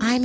I'm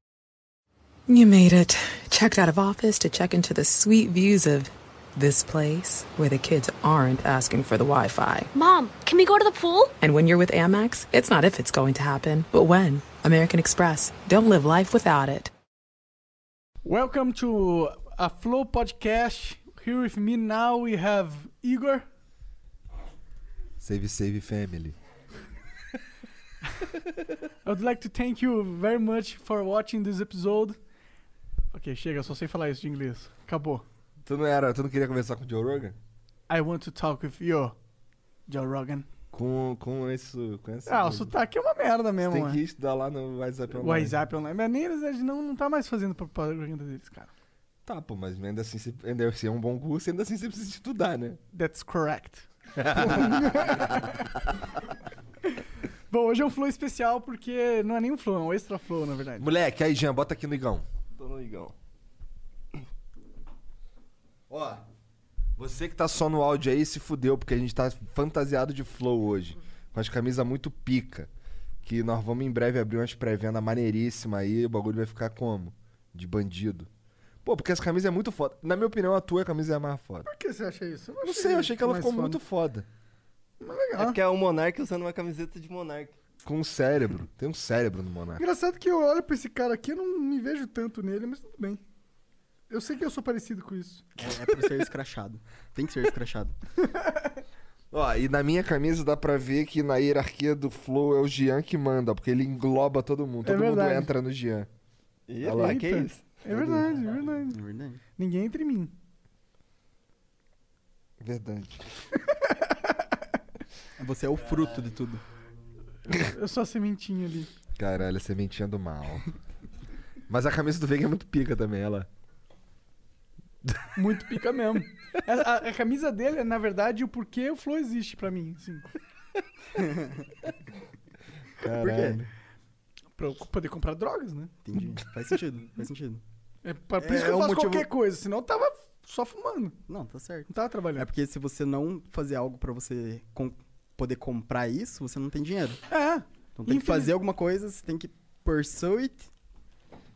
You made it. Checked out of office to check into the sweet views of this place where the kids aren't asking for the Wi Fi. Mom, can we go to the pool? And when you're with Amex, it's not if it's going to happen, but when. American Express. Don't live life without it. Welcome to a Flow podcast. Here with me now we have Igor. Save, save family. I would like to thank you very much for watching this episode. Ok, chega, eu só sei falar isso de inglês. Acabou. Tu não era, tu não queria conversar com o Joe Rogan? I want to talk with you, Joe Rogan. Com, com esse, com esse Ah, o sotaque é uma merda mesmo, Tem que mano. estudar lá no WhatsApp O online. WhatsApp online. Mas nem eles eles não, não tá mais fazendo propaganda deles, cara. Tá, pô, mas ainda assim, você- ainda assim é um bom curso, ainda assim você precisa estudar, né? That's correct. Bom, hoje é um flow especial porque não é nem um flow, é um extra flow, na verdade. Moleque, aí, Jean, bota aqui no Igão. Tô no Igão. Ó, você que tá só no áudio aí se fudeu, porque a gente tá fantasiado de flow hoje. Com as camisas muito pica. Que nós vamos em breve abrir umas pré-venda maneiríssima aí, o bagulho vai ficar como? De bandido. Pô, porque essa camisa é muito foda. Na minha opinião, a tua camisa é a mais foda. Por que você acha isso? Não sei, eu achei que ela ficou muito foda. É porque é o Monark usando uma camiseta de Monark. Com um cérebro. Tem um cérebro no Monarca. Engraçado que eu olho pra esse cara aqui, eu não me vejo tanto nele, mas tudo bem. Eu sei que eu sou parecido com isso. É, é pra ser escrachado. Tem que ser escrachado. Ó, e na minha camisa dá pra ver que na hierarquia do Flow é o Jean que manda, porque ele engloba todo mundo. É Todo mundo verdade. entra no Jean. Ih, Olha lá. que Eita. isso? É verdade, é verdade. É verdade. Ninguém entre em mim. Verdade. Você é o fruto de tudo. Eu sou a sementinha ali. Caralho, a sementinha do mal. Mas a camisa do Veiga é muito pica também, ela. Muito pica mesmo. É, A, a- a camisa dele é, na verdade, o porquê o Flow existe pra mim. Assim, Caralho. pra eu poder comprar drogas, né? Entendi. Faz sentido, faz sentido. É pra, por É, isso que eu é um faço motivo- qualquer coisa, senão eu tava só fumando. Não, tá certo. Não tava É trabalhando. porque se você não fazer algo pra você com- poder comprar isso, você não tem dinheiro. É, Então tem Infeliz- que fazer alguma coisa, você tem que pursuit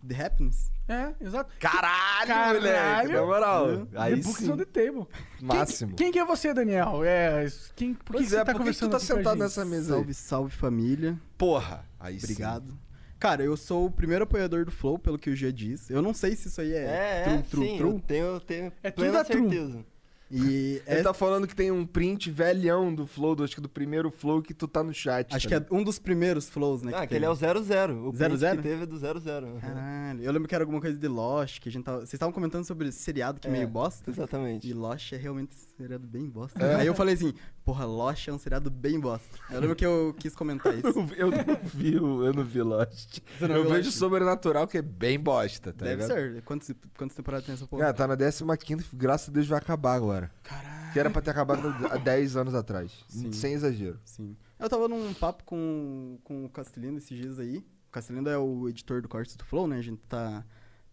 the happiness. é, exato. Caralho, Caralho. moleque! Na moral. Hum? Aí The books sim, on the table. máximo. Quem, quem que é você, Daniel? É, quem, por que Pois você é, tá por que que tu conversando tá aqui com a sentado gente? nessa mesa aí? Salve, salve família. Porra! Aí sim. Obrigado. Cara, eu sou o primeiro apoiador do Flow, pelo que o Gia diz. Eu não sei se isso aí é, É, é, true, true, sim, eu true. tenho, eu tenho É tudo plena a true. certeza. E Ele é- tá falando que tem um print velhão do Flow, do, acho que do primeiro Flow que tu tá no chat. acho tá que é ligado? um dos primeiros Flows, né? Ah, que aquele tem. é o 00. O print 00? que teve é do 00. Caralho, eu lembro que era alguma coisa de Lost, que a gente tava... Vocês estavam comentando sobre esse seriado que é, É, meio bosta. exatamente. E Lost é realmente um seriado bem bosta. É. Aí eu falei assim, porra, Lost é um seriado bem bosta. Eu lembro que eu quis comentar isso. Eu não vi, o- eu não vi Lost. Você não eu viu vejo Lost? Sobrenatural que é bem bosta, tá Deve ligado? ser. Quantas, quantas temporadas tem essa porra? Cara, tá na 15, graças a Deus vai acabar agora. Caralho. Que era pra ter acabado há 10 anos atrás. Sim. Sem exagero. Sim. Eu tava num papo com, com o Castelino esses dias aí. O Castelino é o editor do Cortes do Flow, né? A gente tá...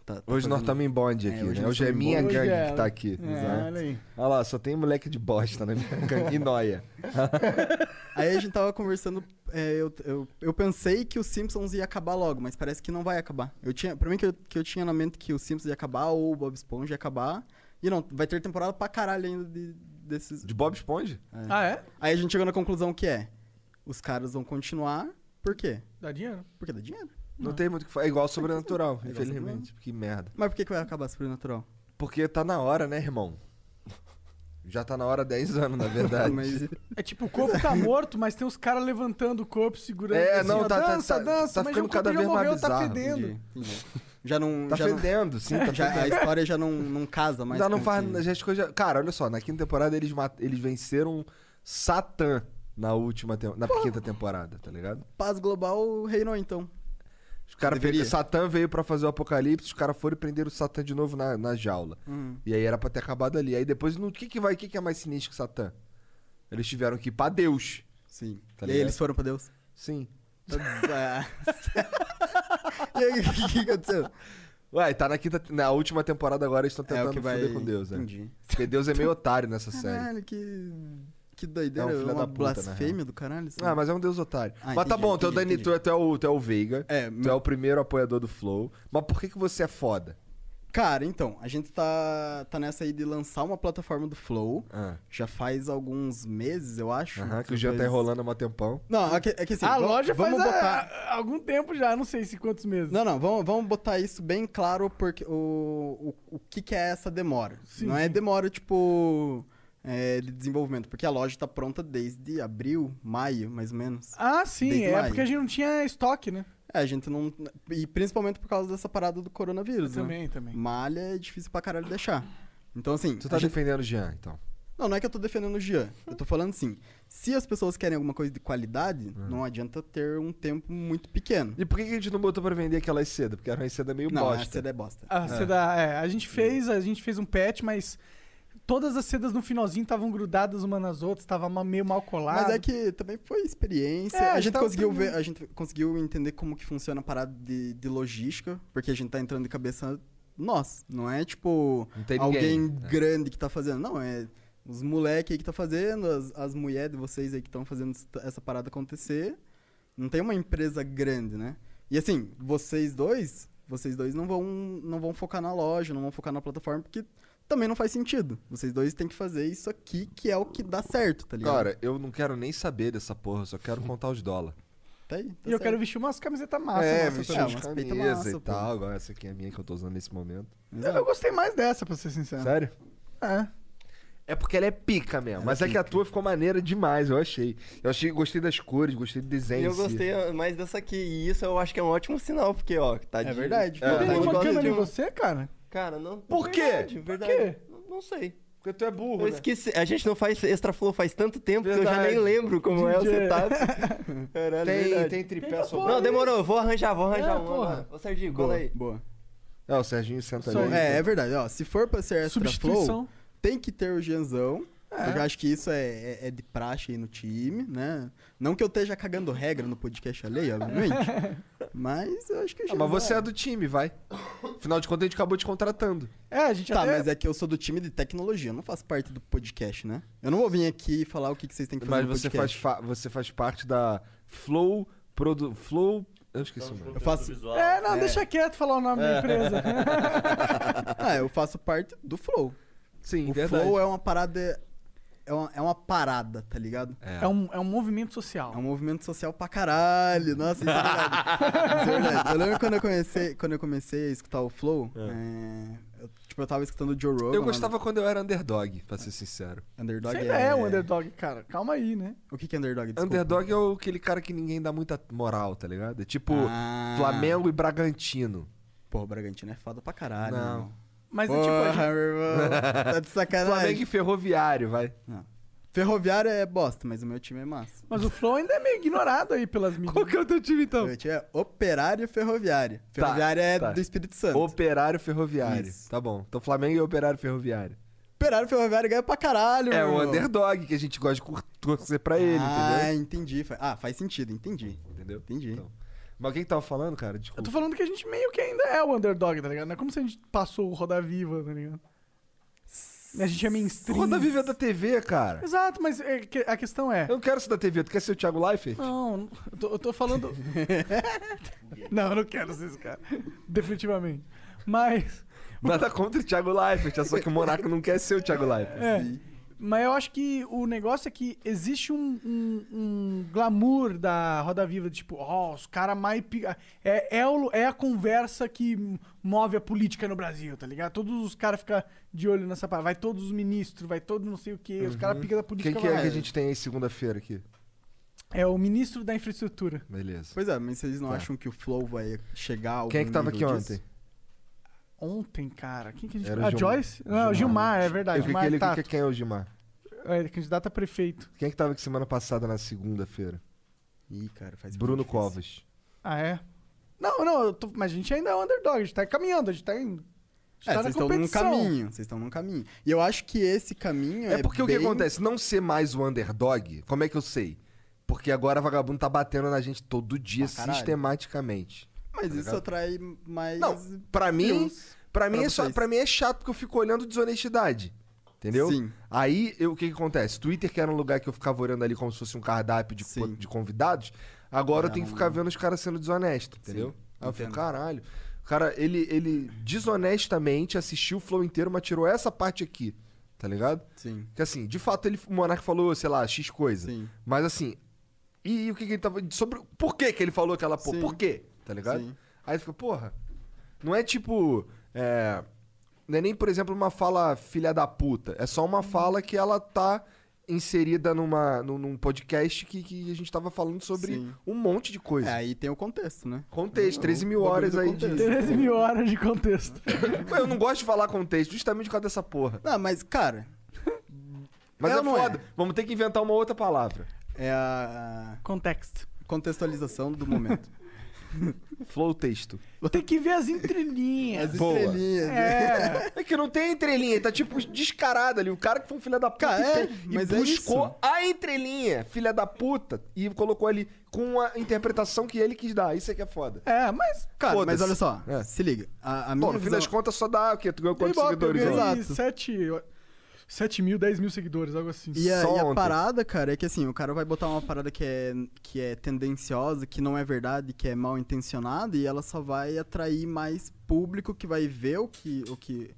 tá, tá Hoje nós fazendo- estamos em bonde aqui, É, hoje né? nós Hoje é tamo em minha bonde. gangue Hoje é que tá aqui. É, olha Exato. aí. Olha lá, só tem moleque de bosta na minha gangue. E noia. Aí a gente tava conversando. é, eu, eu, eu pensei que os Simpsons ia acabar logo, mas parece que não vai acabar. Eu tinha, pra mim, que eu, que eu tinha na mente que os Simpsons ia acabar ou o Bob Esponja ia acabar. E não, vai ter temporada pra caralho ainda de- desses. De Bob Esponja? Ah, é? Aí a gente chegou na conclusão que é: os caras vão continuar. Por quê? Dá dinheiro? Porque dá dinheiro. Não, tem muito o que falar. É igual Sobrenatural, igual infelizmente. Que merda. Mas por que, que vai acabar Sobrenatural? Porque tá na hora, né, irmão? Já tá na hora há 10 anos, na verdade. Mas É tipo, o corpo tá morto, mas tem os caras levantando o corpo, segurando. É, assim, não, ó, tá- tá- dança, tá- dança, tá mas ficando já o corpo cada já vez mais morreu, tá bizarro. fedendo. entendi, entendi. Já não. Tá já não- fedendo, sim, tá já- fedendo. a história já não, não casa mais. Já não com o faz. que- já as coisas- Cara, olha só, na quinta temporada eles, mat- eles venceram Satã na última tem- na quinta temporada, tá ligado? Paz global reinou então. Os cara Deveria. pe- Satã veio pra fazer o apocalipse, os caras foram e prenderam o Satã de novo na, na jaula. Hum. E aí era pra ter acabado ali. Aí depois, no que que vai, o que que é mais sinistro que Satã? Eles tiveram que ir pra Deus. Sim. Tá Tá e aí ligado? eles foram pra Deus? Sim. é. e aí, o que, que aconteceu? Ué, tá na quinta, na última temporada agora eles estão É, tentando o que vai- foder com Deus, né? Entendi. Porque Deus é meio otário nessa série. Caralho, que. Que doideira. É um É filho uma da puta, na blasfêmia do caralho. isso, Ah, né? mas é um Deus otário. Ah, mas tá entendi, bom, tu é o entendi, Dani, tu é, tu é o, tu é o Veiga. É, tu meu- é o primeiro apoiador do Flow. Mas por que que você é foda? Cara, então, a gente tá, tá nessa aí de lançar uma plataforma do Flow. Ah. Já faz alguns meses, eu acho. Aham, que o Jean tá Talvez- enrolando há mó tempão. Não, é que, é que assim. a vamos- loja vamos faz há- botar. há algum tempo já, não sei se quantos meses. Não, não, vamos, vamos botar isso bem claro porque o, o, o que, que é essa demora. Sim, não é sim. demora, tipo, é, de desenvolvimento, porque a loja tá pronta desde abril, maio, mais ou menos. Ah, sim, Desde é maio. porque a gente não tinha estoque, né? É, a gente não. E principalmente por causa dessa parada do Uhum. coronavírus, né? Também, também. Malha é difícil pra caralho deixar. Então, assim. Tu tá a gente- defendendo o Jean, então. Não, não é que eu tô defendendo o Jean. Eu tô falando assim: se as pessoas querem alguma coisa de qualidade, Hum. não adianta ter um tempo muito pequeno. E por que que a gente não botou pra vender aquelas cedas? Porque era uma seda meio não, bosta. essa é bosta. A seda, é, a gente fez, a gente fez um patch, mas todas as sedas no finalzinho estavam grudadas umas nas outras, tava ma- meio mal colado. Mas é que também foi experiência. É, a a gente gente tava conseguiu aprendendo. ver, a gente conseguiu entender como que funciona a parada de, de logística, porque a gente tá entrando de cabeça nós, não é tipo Não tem alguém ninguém, né? grande que tá fazendo, não, é os moleque aí que tá fazendo, as, as mulheres de vocês aí que estão fazendo essa- essa parada acontecer. Não tem uma empresa grande, né? E assim, vocês dois, vocês dois não vão não vão focar na loja, não vão focar na plataforma, porque também não faz sentido. Vocês dois têm que fazer isso aqui, que é o que dá certo, tá ligado? Cara, eu não quero nem saber dessa porra, eu só quero contar os dólares. Tá aí. Tá e eu certo. quero vestir umas camisetas massa. é, nossa, vestir também. umas Ah, umas peitas camisas massa, e pô. tal. Agora essa aqui é a minha que eu tô usando nesse momento. eu, eu gostei mais dessa, pra ser sincero. Sério? É. É porque ela é pica mesmo. Mas é que a tua ficou maneira demais, eu achei. Eu achei, gostei das cores, gostei do desenho. E eu em si. gostei mais dessa aqui. E isso eu acho que é um ótimo sinal, porque, ó, tá de... É verdade. tá Não tem de nenhuma gosto câmera de em um- você, cara? Cara, não. Por quê? Verdade, Por verdade. quê? Não, não sei. né? Porque tu é burro, Eu esqueci. A gente não faz extra flow faz tanto tempo que eu já Verdade. nem lembro como é o DJ. setup. Caralho, Tem, verdade. tem tripé sobrando. Não, demorou. Eu vou arranjar, vou arranjar É, um porra. agora. Ô, Serginho, cola Boa, aí. então. boa. É, o Serginho senta ali. É, é verdade. Ó, se for pra ser extra Substituição. flow, tem que ter o Genzão. Eu já acho que isso é, é- é de praxe aí no time, né? Não que eu esteja cagando regra no podcast alheio, obviamente. mas eu acho que o Ah, Genzão. mas você é do time, vai. Afinal de contas, a gente acabou te contratando. É, a gente Tá, até... mas é que eu sou do time de tecnologia, eu não faço parte do podcast, né? Eu não vou vir aqui falar o que, que vocês têm que fazer Mas no você faz, podcast. fa- você faz parte da Flow Produ... Flow... Eu esqueci o nome. Eu faço... É, não, deixa quieto falar o nome da empresa. Ah, eu faço parte do Flow. Sim, O verdade. Flow é uma parada... É uma, é uma parada, tá ligado? É um, é um movimento social. É um movimento social pra caralho. Nossa, isso é verdade. Isso é verdade. Eu lembro quando eu comecei, quando eu comecei a escutar o Flow, é, eu, tipo, eu tava escutando o Joe Rogan. Eu gostava quando eu era underdog, pra ser sincero. mas Underdog Você ainda é um underdog, cara. Calma aí, né? O que que é Underdog? Desculpa. Underdog é o- aquele cara que ninguém dá muita moral, tá ligado? É tipo Ah. Flamengo e Bragantino. Porra, o Bragantino é foda pra caralho. Não. Não. Mas é tipo... a Porra, gente- meu irmão. Tá de Flamengo sacanagem. e Ferroviário, vai. Não. Ferroviário é bosta, mas o meu time é massa. Mas o Flow ainda é meio ignorado aí pelas mídias. Qual que é o teu time, O então? Meu time é Operário e Ferroviário. Ferroviário é tá. do Espírito Santo. Operário Ferroviário. Isso. Tá bom. Então Flamengo e Operário Ferroviário. Operário e Ferroviário ganha pra caralho, meu É o irmão. underdog que a gente gosta de cur- torcer pra ele, Hum. Ah, entendi. Fa- Ah, faz sentido, entendi. entendeu? Entendeu? entendi. Então. Mas o que que tava falando, cara? Eu Desculpa. tô falando que a gente meio que ainda é o underdog, tá ligado? Não é como se a gente passou o Roda Viva, tá ligado? A gente é mainstream. Roda Viva é da TV, cara. Exato, mas é que- a questão é... Eu não quero ser da TV. Tu quer ser o Thiago Leifert? Não, eu tô, eu tô falando... não, eu não quero ser esse cara. Definitivamente. Mas... Nada contra o Thiago Leifert. É só que o Monaco não quer ser o Thiago Leifert. É. Mas eu acho que o negócio é que existe um, um- um glamour da Roda Viva, de tipo, ó, os caras mais. pi- É, é, o- é a conversa que move a política no Brasil, tá ligado? Todos os caras ficam de olho nessa parada. Vai todos os ministros, vai todos não sei o quê, os caras pica da Quem política. que é vai- que a gente tem aí segunda-feira aqui? É o ministro da infraestrutura. Beleza. Pois é, mas vocês não Tá. acham que o Flow vai chegar ao Quem é que tava aqui nível ontem? disso? Ontem, cara, quem que a gente. Era o a Gilmar. Joyce? Não, o Gilmar, é verdade. Eu vi Gilmar que ele Tato. que quem é o Gilmar. É, ele é candidato a prefeito. Quem é que tava aqui semana passada na segunda-feira? Ih, cara, faz Bruno difícil. Covas. Ah, é? Não, não, eu tô- mas a gente ainda é underdog, a gente tá caminhando, a gente tá em. a gente É, tá na vocês estão num competição. caminho, vocês estão num caminho. E eu acho que esse caminho é É porque o bem- que acontece? Não ser mais o underdog, como é que eu sei? Porque agora vagabundo tá batendo na gente todo dia, Pra caralho. sistematicamente. Mas Tá isso ligado? atrai mais... Não, pra mim, views. pra mim, pra é só, vocês. pra mim é chato porque eu fico olhando desonestidade. Entendeu? Sim. Aí, eu- o que, que acontece? Twitter, que era um lugar que eu ficava olhando ali como se fosse um cardápio de, Sim. co- de convidados, agora eu tenho que ficar vendo os caras sendo desonestos, um Sim, entendeu? Aí eu fico, entendo. caralho. O cara, ele, ele desonestamente assistiu o flow inteiro, mas tirou essa parte aqui, tá ligado? Sim. Que assim, de fato, ele, o Monark falou, sei lá, X coisa. Sim. Mas assim, e, o que, que ele tava. Sobre, por que, que ele falou aquela porra? Sim. Por quê? Tá ligado? Sim. Aí fica, porra. Não é tipo. é, não é nem, por exemplo, uma fala filha da puta. É só Uhum. uma fala que ela tá inserida numa, num, num podcast que, que a gente tava falando sobre Sim. um monte de coisa. É, aí tem o contexto, né? Contexto, 13 mil O bagulho horas do aí de. contexto. 13 mil horas de contexto. Eu não gosto de falar contexto, justamente por causa dessa porra. Não, mas, cara, Mas É é, ou não é? foda. Vamos ter que inventar uma outra palavra. é a Contexto. contextualização do momento. Flow texto. Tem que ver as entrelinhas. As Boa. estrelinhas, né? É. É que não tem entrelinha, tá tipo descarado ali. O cara que foi um filho da puta Cara, e, é, pe- e mas é buscou isso. a entrelinha, filha da puta, e colocou ali com a interpretação que ele quis dar. Isso é que é foda. É, mas. Cara, mas Foda-se. olha só, É. se liga. A, a minha Bom, no fim visão- das contas só dá o quê? Tu ganhou Tem quantos Ibope, eu seguidores? ganhei. ó? ganhei Exato. 7, mil, 10 mil seguidores, algo assim. E a, Só e a ontem. parada, cara, é que assim, o cara vai botar uma parada que é, que é tendenciosa, que não é verdade, que é mal intencionada, e ela só vai atrair mais público que vai ver o que. O que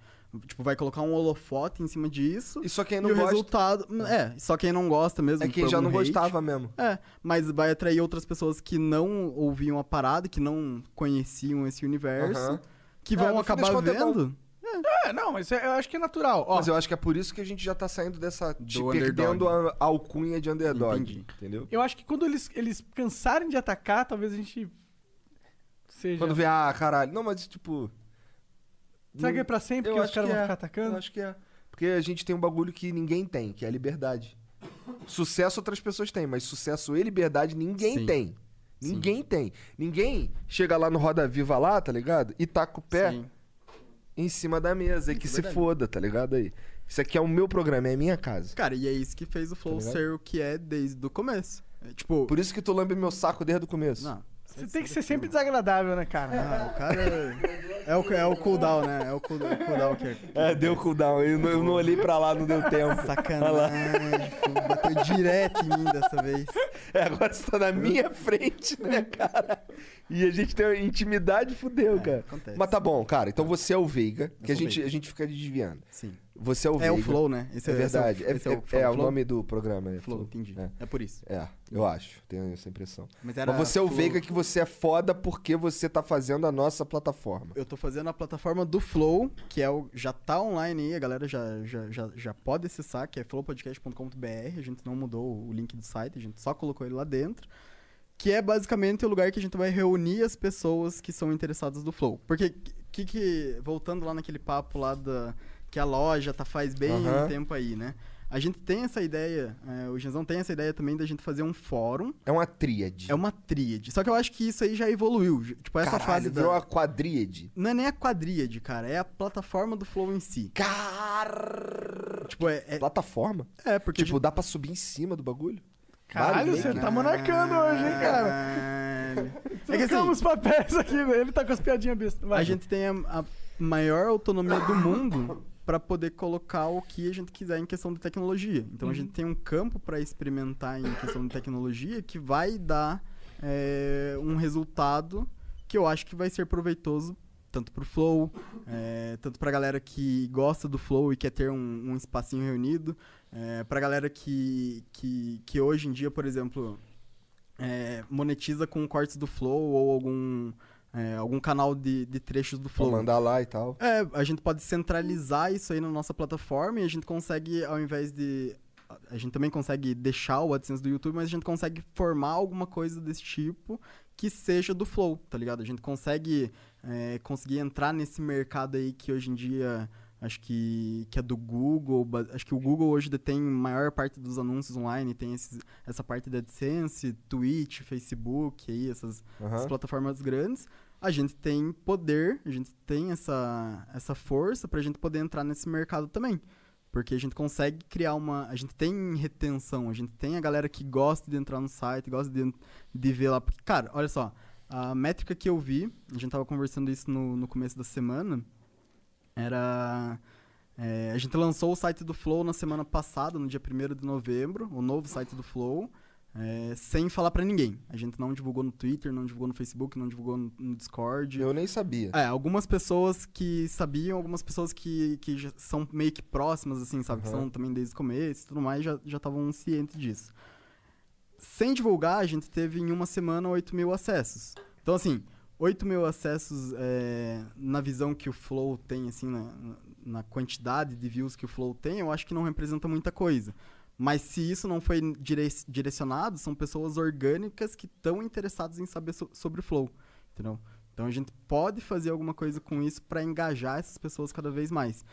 tipo, vai colocar um holofote em cima disso. E só é quem E não o gosta resultado. É, só quem não gosta mesmo. é quem por já algum não hate. gostava mesmo. É, mas vai atrair outras pessoas que não ouviam a parada, que não conheciam esse universo, Aham. que É, vão no fim das acabar contas é bom. vendo. É, não, mas é- eu acho que é natural. Ó, Mas eu acho que é por isso que a gente já tá saindo dessa... Te underdog. perdendo a a alcunha de underdog. Entendi. Entendeu? eu acho que quando eles, eles cansarem de atacar, talvez a gente. Seja. Quando vê, ah, caralho. Não, mas tipo... Será que é pra sempre Eu que os acho caras que vão é. ficar atacando? Eu acho que é. Porque a gente tem um bagulho que ninguém tem, que é a liberdade. Sucesso outras pessoas têm, mas sucesso e liberdade ninguém Sim. tem. Ninguém tem. Ninguém chega lá no Roda Viva lá, tá ligado? E taca o pé Sim. em cima da mesa. E que se foda, tá ligado aí? Isso aqui é o meu programa, é a minha casa. Cara, e é isso que fez o Flow Tá ligado? ser o que é desde o começo. É, tipo. Por isso que tu lambe meu saco desde o começo. Não. Você tem que ser sempre desagradável, né, cara? Ah, o cara. É o, é o cooldown, né? É o cool- cooldown que é. É, deu cooldown. Eu não, eu não olhei pra lá, não deu tempo. Sacanagem. pô, Bateu direto em mim dessa vez. É, agora você tá na minha frente, né, cara? E a gente tem uma intimidade, fudeu, cara. É, acontece. Mas tá bom, cara. Então você é o Veiga, que a sou o gente, Veiga. a gente fica desviando. Sim. Você é o É Veiga. o Flow, né? Esse É verdade. esse é o- esse É, é- Flow, é o Flow? nome do programa. É Flow, entendi. É. É. por isso. É, eu acho, tenho essa impressão. Mas era Mas você é o Flow. Veiga que você é foda porque você tá fazendo a nossa plataforma. Eu tô fazendo a plataforma do Flow, que é o, já tá online aí, a galera já, já, já, já pode acessar, que é flowpodcast.com.br. A gente não mudou o link do site, a gente só colocou ele lá dentro. Que é basicamente o lugar que a gente vai reunir as pessoas que são interessadas do Flow. Porque, que, que voltando lá naquele papo lá da, que a loja tá faz bem Aham. um tempo aí, né? A gente tem essa ideia, é, o Genzão tem essa ideia também da gente fazer um fórum. É uma tríade. É uma tríade. Só que eu acho que isso aí já evoluiu. Tipo, essa Caralho, fase da... virou uma quadríade. Não é nem a quadríade, cara, é a plataforma do Flow em si. Car... Tipo, é. é- Plataforma? É, porque. Tipo, dá pra subir em cima do bagulho? Caralho, Vale, você né? tá monarcando hoje, hein, cara? Caralho. É que Trocamos assim, papéis aqui, né? ele tá com as piadinhas besta. Vai. a gente tem a, a maior autonomia do mundo pra poder colocar o que a gente quiser em questão de tecnologia. Então a gente tem um campo pra experimentar em questão de tecnologia que vai dar é, um resultado que eu acho que vai ser proveitoso tanto pro Flow, é, tanto pra galera que gosta do Flow e quer ter um, um espacinho reunido, é, pra galera que, que, que hoje em dia, por exemplo, é, monetiza com cortes do Flow ou algum, é, algum canal de, de trechos do Vou Flow. mandar lá e tal. É, a gente pode centralizar isso aí na nossa plataforma e a gente consegue, ao invés de. A gente também consegue deixar o AdSense do YouTube, mas a gente consegue formar alguma coisa desse tipo que seja do Flow, tá ligado? A gente consegue é, conseguir entrar nesse mercado aí que hoje em dia acho que, que é do Google. ba- Acho que o Google hoje detém a maior parte dos anúncios online, tem esses- essa parte da AdSense, Twitch, Facebook, aí, essas, Aham. essas plataformas grandes. a gente tem poder, a gente tem essa, essa força pra gente poder entrar nesse mercado também. Porque a gente consegue criar uma. A gente tem retenção, a gente tem a galera que gosta de entrar no site, gosta de, de ver lá. Porque, cara, olha só, a métrica que eu vi, a gente tava conversando isso no, no começo da semana, era. é, a gente lançou o site do Flow na semana passada, no dia 1 de novembro, o novo site do Flow, é, sem falar pra ninguém. A gente não divulgou no Twitter, não divulgou no Facebook, não divulgou no, no Discord. Eu nem sabia. É, algumas pessoas que sabiam, algumas pessoas que, que já são meio que próximas, assim, sabe? Que Aham. são também desde o começo e tudo mais, já já estavam cientes disso. Sem divulgar, a gente teve em uma semana 8 mil acessos. Então, assim, 8 mil acessos é, na visão que o Flow tem, assim, na, na quantidade de views que o Flow tem, eu acho que não representa muita coisa. Mas se isso não foi direc- direcionado, são pessoas orgânicas que estão interessadas em saber so- sobre o Flow, entendeu? Então a gente pode fazer alguma coisa com isso para engajar essas pessoas cada vez mais.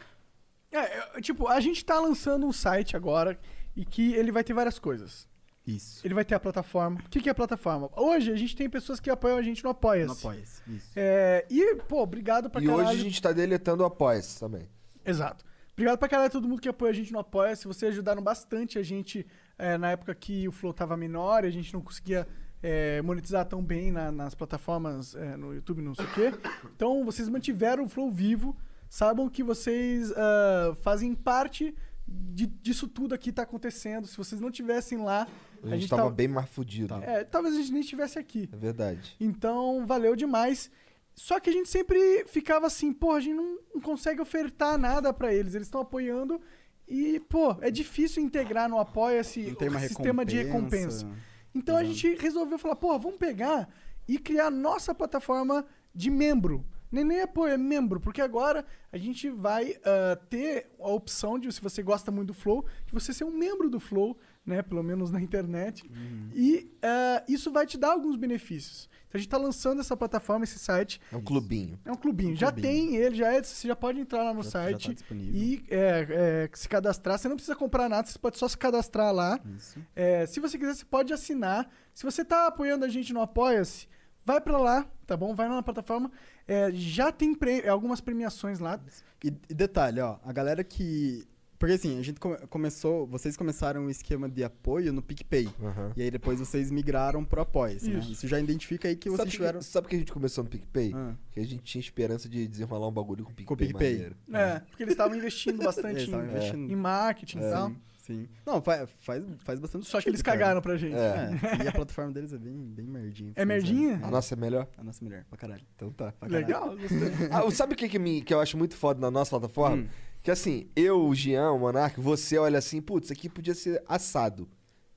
É, eu- tipo, a gente tá lançando um site agora e que ele vai ter várias coisas. Isso. Ele vai ter a plataforma. O que, que é a plataforma? Hoje a gente tem pessoas que apoiam a gente no Apoia-se. Não apoia-se. Isso. É, e, pô, obrigado pra E caralho. hoje a gente tá deletando o após também. Exato. Obrigado pra caralho a todo mundo que apoia a gente no apoia Se Vocês ajudaram bastante a gente é, na época que o Flow tava menor e a gente não conseguia é, monetizar tão bem na- nas plataformas, é, no YouTube, não sei o quê. Então, vocês mantiveram o Flow vivo. Saibam que vocês ah, fazem parte de- disso tudo aqui tá acontecendo. Se vocês não tivessem lá, A gente, tá- tava, bem mais fudido. é, talvez a gente nem estivesse aqui. É verdade. Então, valeu demais. Só que a gente sempre ficava assim, pô, a gente não, não consegue ofertar nada pra eles. Eles estão apoiando e, pô, é difícil integrar no Apoia-se Não tem É, o uma sistema de recompensa. Então a gente resolveu falar, pô, vamos pegar e criar nossa plataforma de membro. Nem, nem apoio, é membro, porque agora a gente vai ah, ter a opção de, se você gosta muito do Flow, de você ser um membro do Flow, né? Pelo menos na internet. Uhum. E ah, isso vai te dar alguns benefícios. Então a gente está lançando essa plataforma, esse site. É um clubinho. É um clubinho. já clubinho. tem ele, já é, você já pode entrar lá no Já- já site tá disponível. e é, é, se cadastrar. Você não precisa comprar nada, você pode só se cadastrar lá. Isso. É, se você quiser, você pode assinar. Se você tá apoiando a gente no Apoia-se, vai pra lá, tá bom? Vai lá na plataforma. É, já tem pre- algumas premiações lá. E, e detalhe, ó, a galera que. Porque assim, a gente come- começou. Vocês começaram o esquema de apoio no PicPay. Aham. E aí depois vocês migraram pro Apoia-se, né? Isso. Isso já identifica aí que vocês sabe, tiveram. que, sabe que a gente começou no PicPay? Ah. Que a gente tinha esperança de desenrolar um bagulho com o PicPay. Com o PicPay. maneiro. É, porque eles estavam investindo bastante Eles estavam em- é, investindo. É. em marketing e tal. Sim, sim. Não, fa- faz, faz É. bastante Só que sentido, eles cara. cagaram pra gente. É. e a plataforma deles é bem, bem merdinha. É merdinha? A nossa é melhor? A Ah, nossa melhor, pra caralho. Então tá. Pra caralho. Legal, gostei. Ah, sabe o que, que, me, que eu acho muito foda na nossa Hum. plataforma? Que assim, eu, o Jean, o Monark, você olha assim, putz, isso aqui podia ser assado.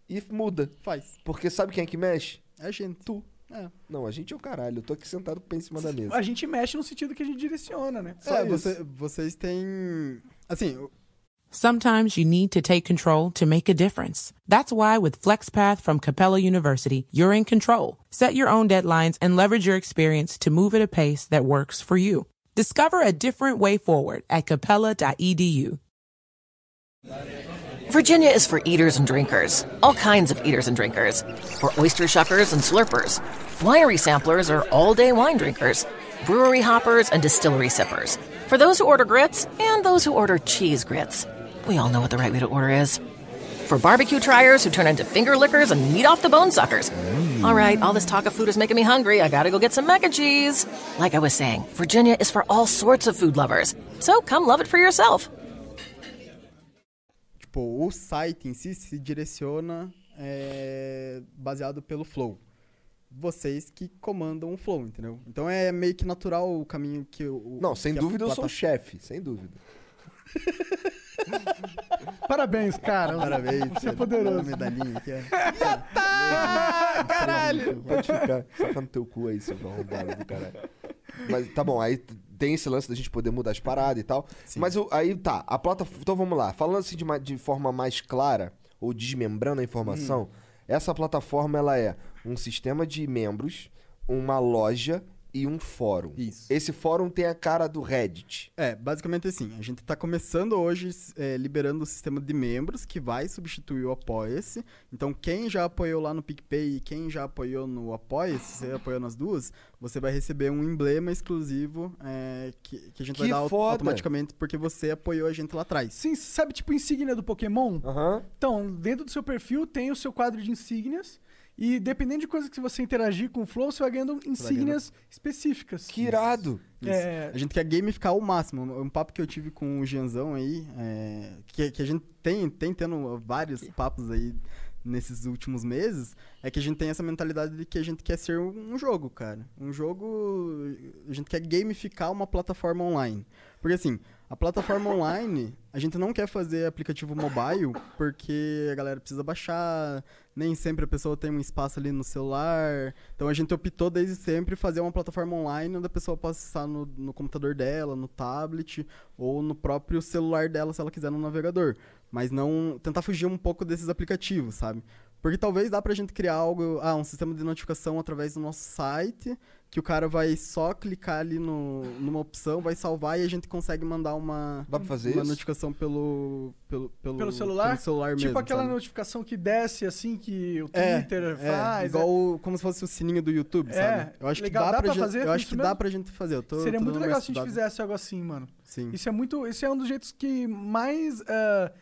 E muda. Faz. Porque sabe quem é que mexe? É gente. Tu. É. Não, a gente é o caralho. Eu tô aqui sentado com o pé em cima da mesa. A gente mexe no sentido que a gente direciona, né? Só é, isso. você- vocês têm. Assim, o- Sometimes you need to take control to make a difference. That's why with FlexPath from Capella University, you're in control. Set your own deadlines and leverage your experience to move at a pace that works for you. Discover a different way forward at E capella.edu. Virginia is for eaters and drinkers, all kinds of eaters and drinkers, for oyster shuckers and slurpers. Winery samplers are all day wine drinkers, brewery hoppers and distillery sippers, for those who order grits and those who order cheese grits. We all know what the right way to order is. For barbecue triers who turn into finger lickers and meat off the bone suckers. All right, all this talk of food is making me hungry. I gotta go get some mac and cheese. Like I was saying, Virginia is for all sorts of food lovers. So come love it for yourself. tipo, o site em si se direciona é, baseado pelo flow. Vocês que comandam o flow, entendeu? Então é meio que natural o caminho que o. Não, sem que a dúvida eu sou o plata- chefe, sem dúvida. Parabéns, cara. Parabéns, Você é poderoso. medalhinha aqui, ó. Pode ficar, saca no teu cu aí, seu arrombado do caralho. Mas tá bom, aí t- tem esse lance da gente poder mudar as paradas e tal. Mas o- aí tá, a plataforma. Então vamos lá. Falando assim de, ma- de forma mais clara, ou desmembrando a Hum. informação, essa plataforma ela é um sistema de membros, uma loja e um fórum. Isso. Esse fórum tem a cara do Reddit. É, basicamente assim, a gente está começando hoje é, liberando o sistema de membros que vai substituir o Apoia-se. Então, quem já apoiou lá no PicPay e quem já apoiou no Apoia-se, se você apoiou nas duas, você vai receber um emblema exclusivo é, que, que a gente Que vai dar au- foda! automaticamente porque você apoiou a gente lá atrás. Sim, sabe tipo insígnia do Pokémon? Aham. Então, dentro do seu perfil tem o seu quadro de insígnias. E dependendo de coisa que você interagir com o Flow, você vai ganhando insígnias específicas. Que irado. Isso. É. A gente quer gamificar ao máximo. É Um papo que eu tive com o Gianzão aí, é, que, que a gente tem, tem tendo vários papos aí nesses últimos meses, é que a gente tem essa mentalidade de que a gente quer ser um um jogo, cara. Um jogo. A gente quer gamificar uma plataforma online. Porque assim, a plataforma online, a gente não quer fazer aplicativo mobile porque a galera precisa baixar, nem sempre a pessoa tem um espaço ali no celular. Então a gente optou desde sempre fazer uma plataforma online onde a pessoa possa acessar no, no computador dela, no tablet ou no próprio celular dela se ela quiser no navegador. Mas não tentar fugir um pouco desses aplicativos, sabe? Porque talvez dá pra gente criar algo, ah, um sistema de notificação através do nosso site, que o cara vai só clicar ali no, numa opção, vai salvar e a gente consegue mandar uma, Dá pra fazer uma isso? notificação pelo, pelo, pelo, Pelo celular? pelo celular tipo mesmo, aquela sabe? notificação que desce assim que o É, Twitter é, faz. igual o- como se fosse o sininho do YouTube, É, sabe? Eu acho legal, que dá, dá pra, pra gente, fazer Eu acho isso que mesmo? dá pra gente fazer. Eu tô- Seria tô muito dando legal uma se a gente estudada. fizesse algo assim, mano. é Sim. Isso é muito. Esse é um dos jeitos que mais. ah,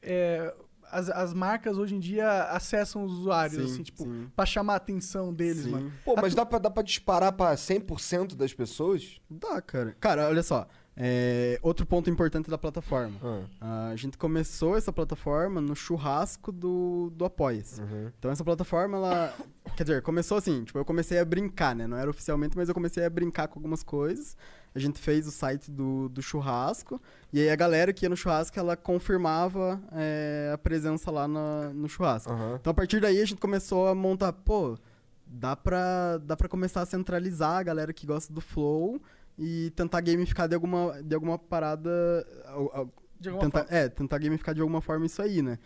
é, as, as marcas hoje em dia acessam os usuários, Sim, assim, tipo, sim. pra chamar a atenção deles, Sim. mano. Pô, mas dá pra, dá pra disparar pra 100% das pessoas? Tipo, Dá, cara. Cara, olha só. é, outro ponto importante da plataforma. Ah. Ah, a gente começou essa plataforma no churrasco do, do Apoia-se. Uhum. Então essa plataforma, ela. Quer dizer, começou assim, tipo, eu comecei a brincar, né? Não era oficialmente, mas eu comecei a brincar com algumas coisas. A gente fez o site do, do churrasco. E aí a galera que ia no churrasco, ela confirmava é, a presença lá na- no churrasco. Aham. Então a partir daí a gente começou a montar, pô, dá pra, dá pra começar a centralizar a galera que gosta do flow e tentar gamificar de alguma, de alguma parada. al- al- De alguma tentar, é, tentar gamificar de alguma forma isso aí, né?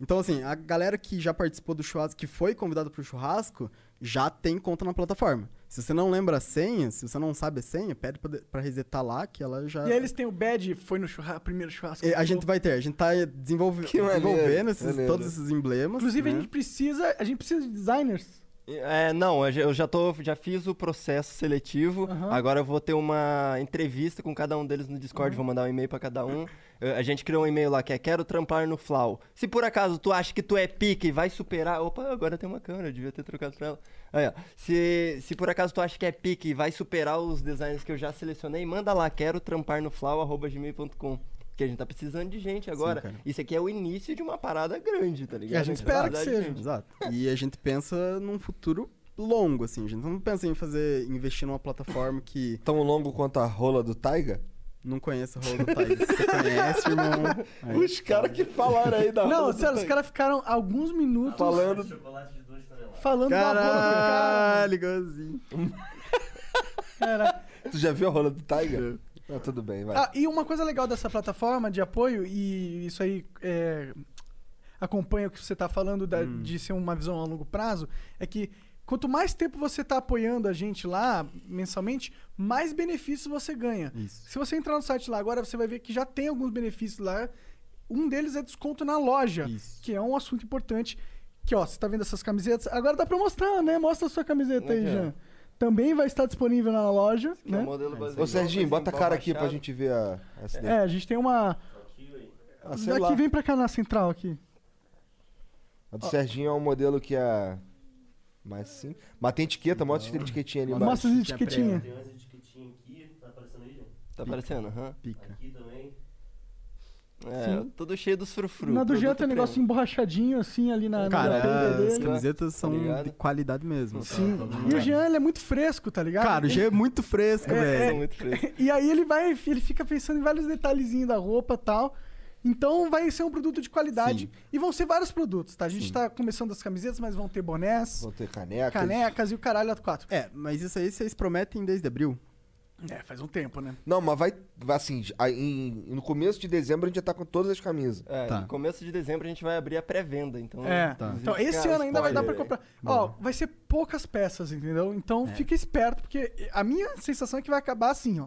Então, assim, a galera que já participou do churrasco, que foi convidada pro churrasco, já tem conta na plataforma. Se você não lembra a senha, se você não sabe a senha, pede pra, de- pra resetar lá, que ela já. E aí eles têm o badge, foi no churra- primeiro churrasco. E que A gente rolou. vai ter, a gente tá desenvolve- Que maneiro, desenvolvendo esses- maneiro. todos esses emblemas. Inclusive, né? a gente precisa. A gente precisa de designers. É, não, eu já- eu já tô, já fiz o processo seletivo. Agora eu vou ter uma entrevista com cada um deles no Uhum. Discord, vou mandar um e-mail pra cada um. Eu- A gente criou um e-mail lá que é quero trampar no Flau. Se por acaso tu acha que tu é pique e vai superar, opa, agora tem uma câmera, eu devia ter trocado pra ela. Aí, ó. Se, se por acaso tu acha que é pique e vai superar os designs que eu já selecionei, manda lá quero trampar no flau@gmail.com. Porque a gente tá precisando de gente agora. cara. Isso aqui é o início de uma parada grande, tá ligado? É, a gente vai espera que precisar de seja. gente. Exato. E a gente pensa num futuro longo, assim. A gente não pensa em fazer, investir numa plataforma que Tão longo quanto a rola do Taiga? não conhece o Rolo do Thaís. Você conhece, irmão? É. Os caras que falaram aí da Não, rola sério, os do Taiga. caras ficaram alguns minutos Falando... falando da rola do cara. Caralho, igualzinho. Tu já viu a rola do Taiga? Ah, tudo bem, vai. Ah, e uma coisa legal dessa plataforma de apoio, e isso aí é, acompanha o que você está falando da- Hum. de ser uma visão a longo prazo, é que quanto mais tempo você está apoiando a gente lá mensalmente, mais benefícios você ganha. Isso. Se você entrar no site lá agora, você vai ver que já tem alguns benefícios lá. Um deles é desconto na loja, Isso. que é um assunto importante. Que ó, você tá vendo essas camisetas? Agora dá pra mostrar, né? Mostra a sua camiseta aí, Aqui, ó. Jean. Também vai estar disponível na loja, É um né? modelo baseado Ô, em Serginho, roupas, bota a em cara pau aqui pra rachado. gente ver a... essa daí. É, a gente tem uma, Ah, sei lá. Daqui vem pra cá na central aqui. A do Serginho é um modelo que é. Mas sim. Mas tem etiqueta, mostra a etiquetinha ali embaixo. Mostra as tinha etiquetinhas. Tem umas etiquetinhas aqui, tá aparecendo aí, gente? Tá aparecendo, aham. Pica. Aqui também. É, tudo cheio dos frufru. Na do Jean jeito tem um negócio emborrachadinho assim ali na. na Cara, é, pele dele. as camisetas são ligado? de qualidade mesmo. né? Sim. E o Jean, ele é muito fresco, tá ligado? Cara, o G é muito fresco, É, velho. muito fresco. E aí ele vai, ele fica pensando em vários detalhezinhos da roupa e tal. Então vai ser um produto de qualidade. E vão ser vários produtos, tá? A gente tá começando as camisetas, mas vão ter bonés, Vão ter É. caneca. canecas e o caralho a quatro. É, mas isso aí vocês prometem desde abril. É, faz um tempo, né? Não, mas vai, vai assim, a- em- no começo de dezembro a gente já tá com todas as camisas. É, Tá. no começo de dezembro a gente vai abrir a pré-venda, então... É. Tá. Então, esse Cara, ano ainda vai dar pra spoiler comprar. Ó, vai ser poucas peças, entendeu? Então fica esperto, porque a minha sensação é que vai acabar assim, ó.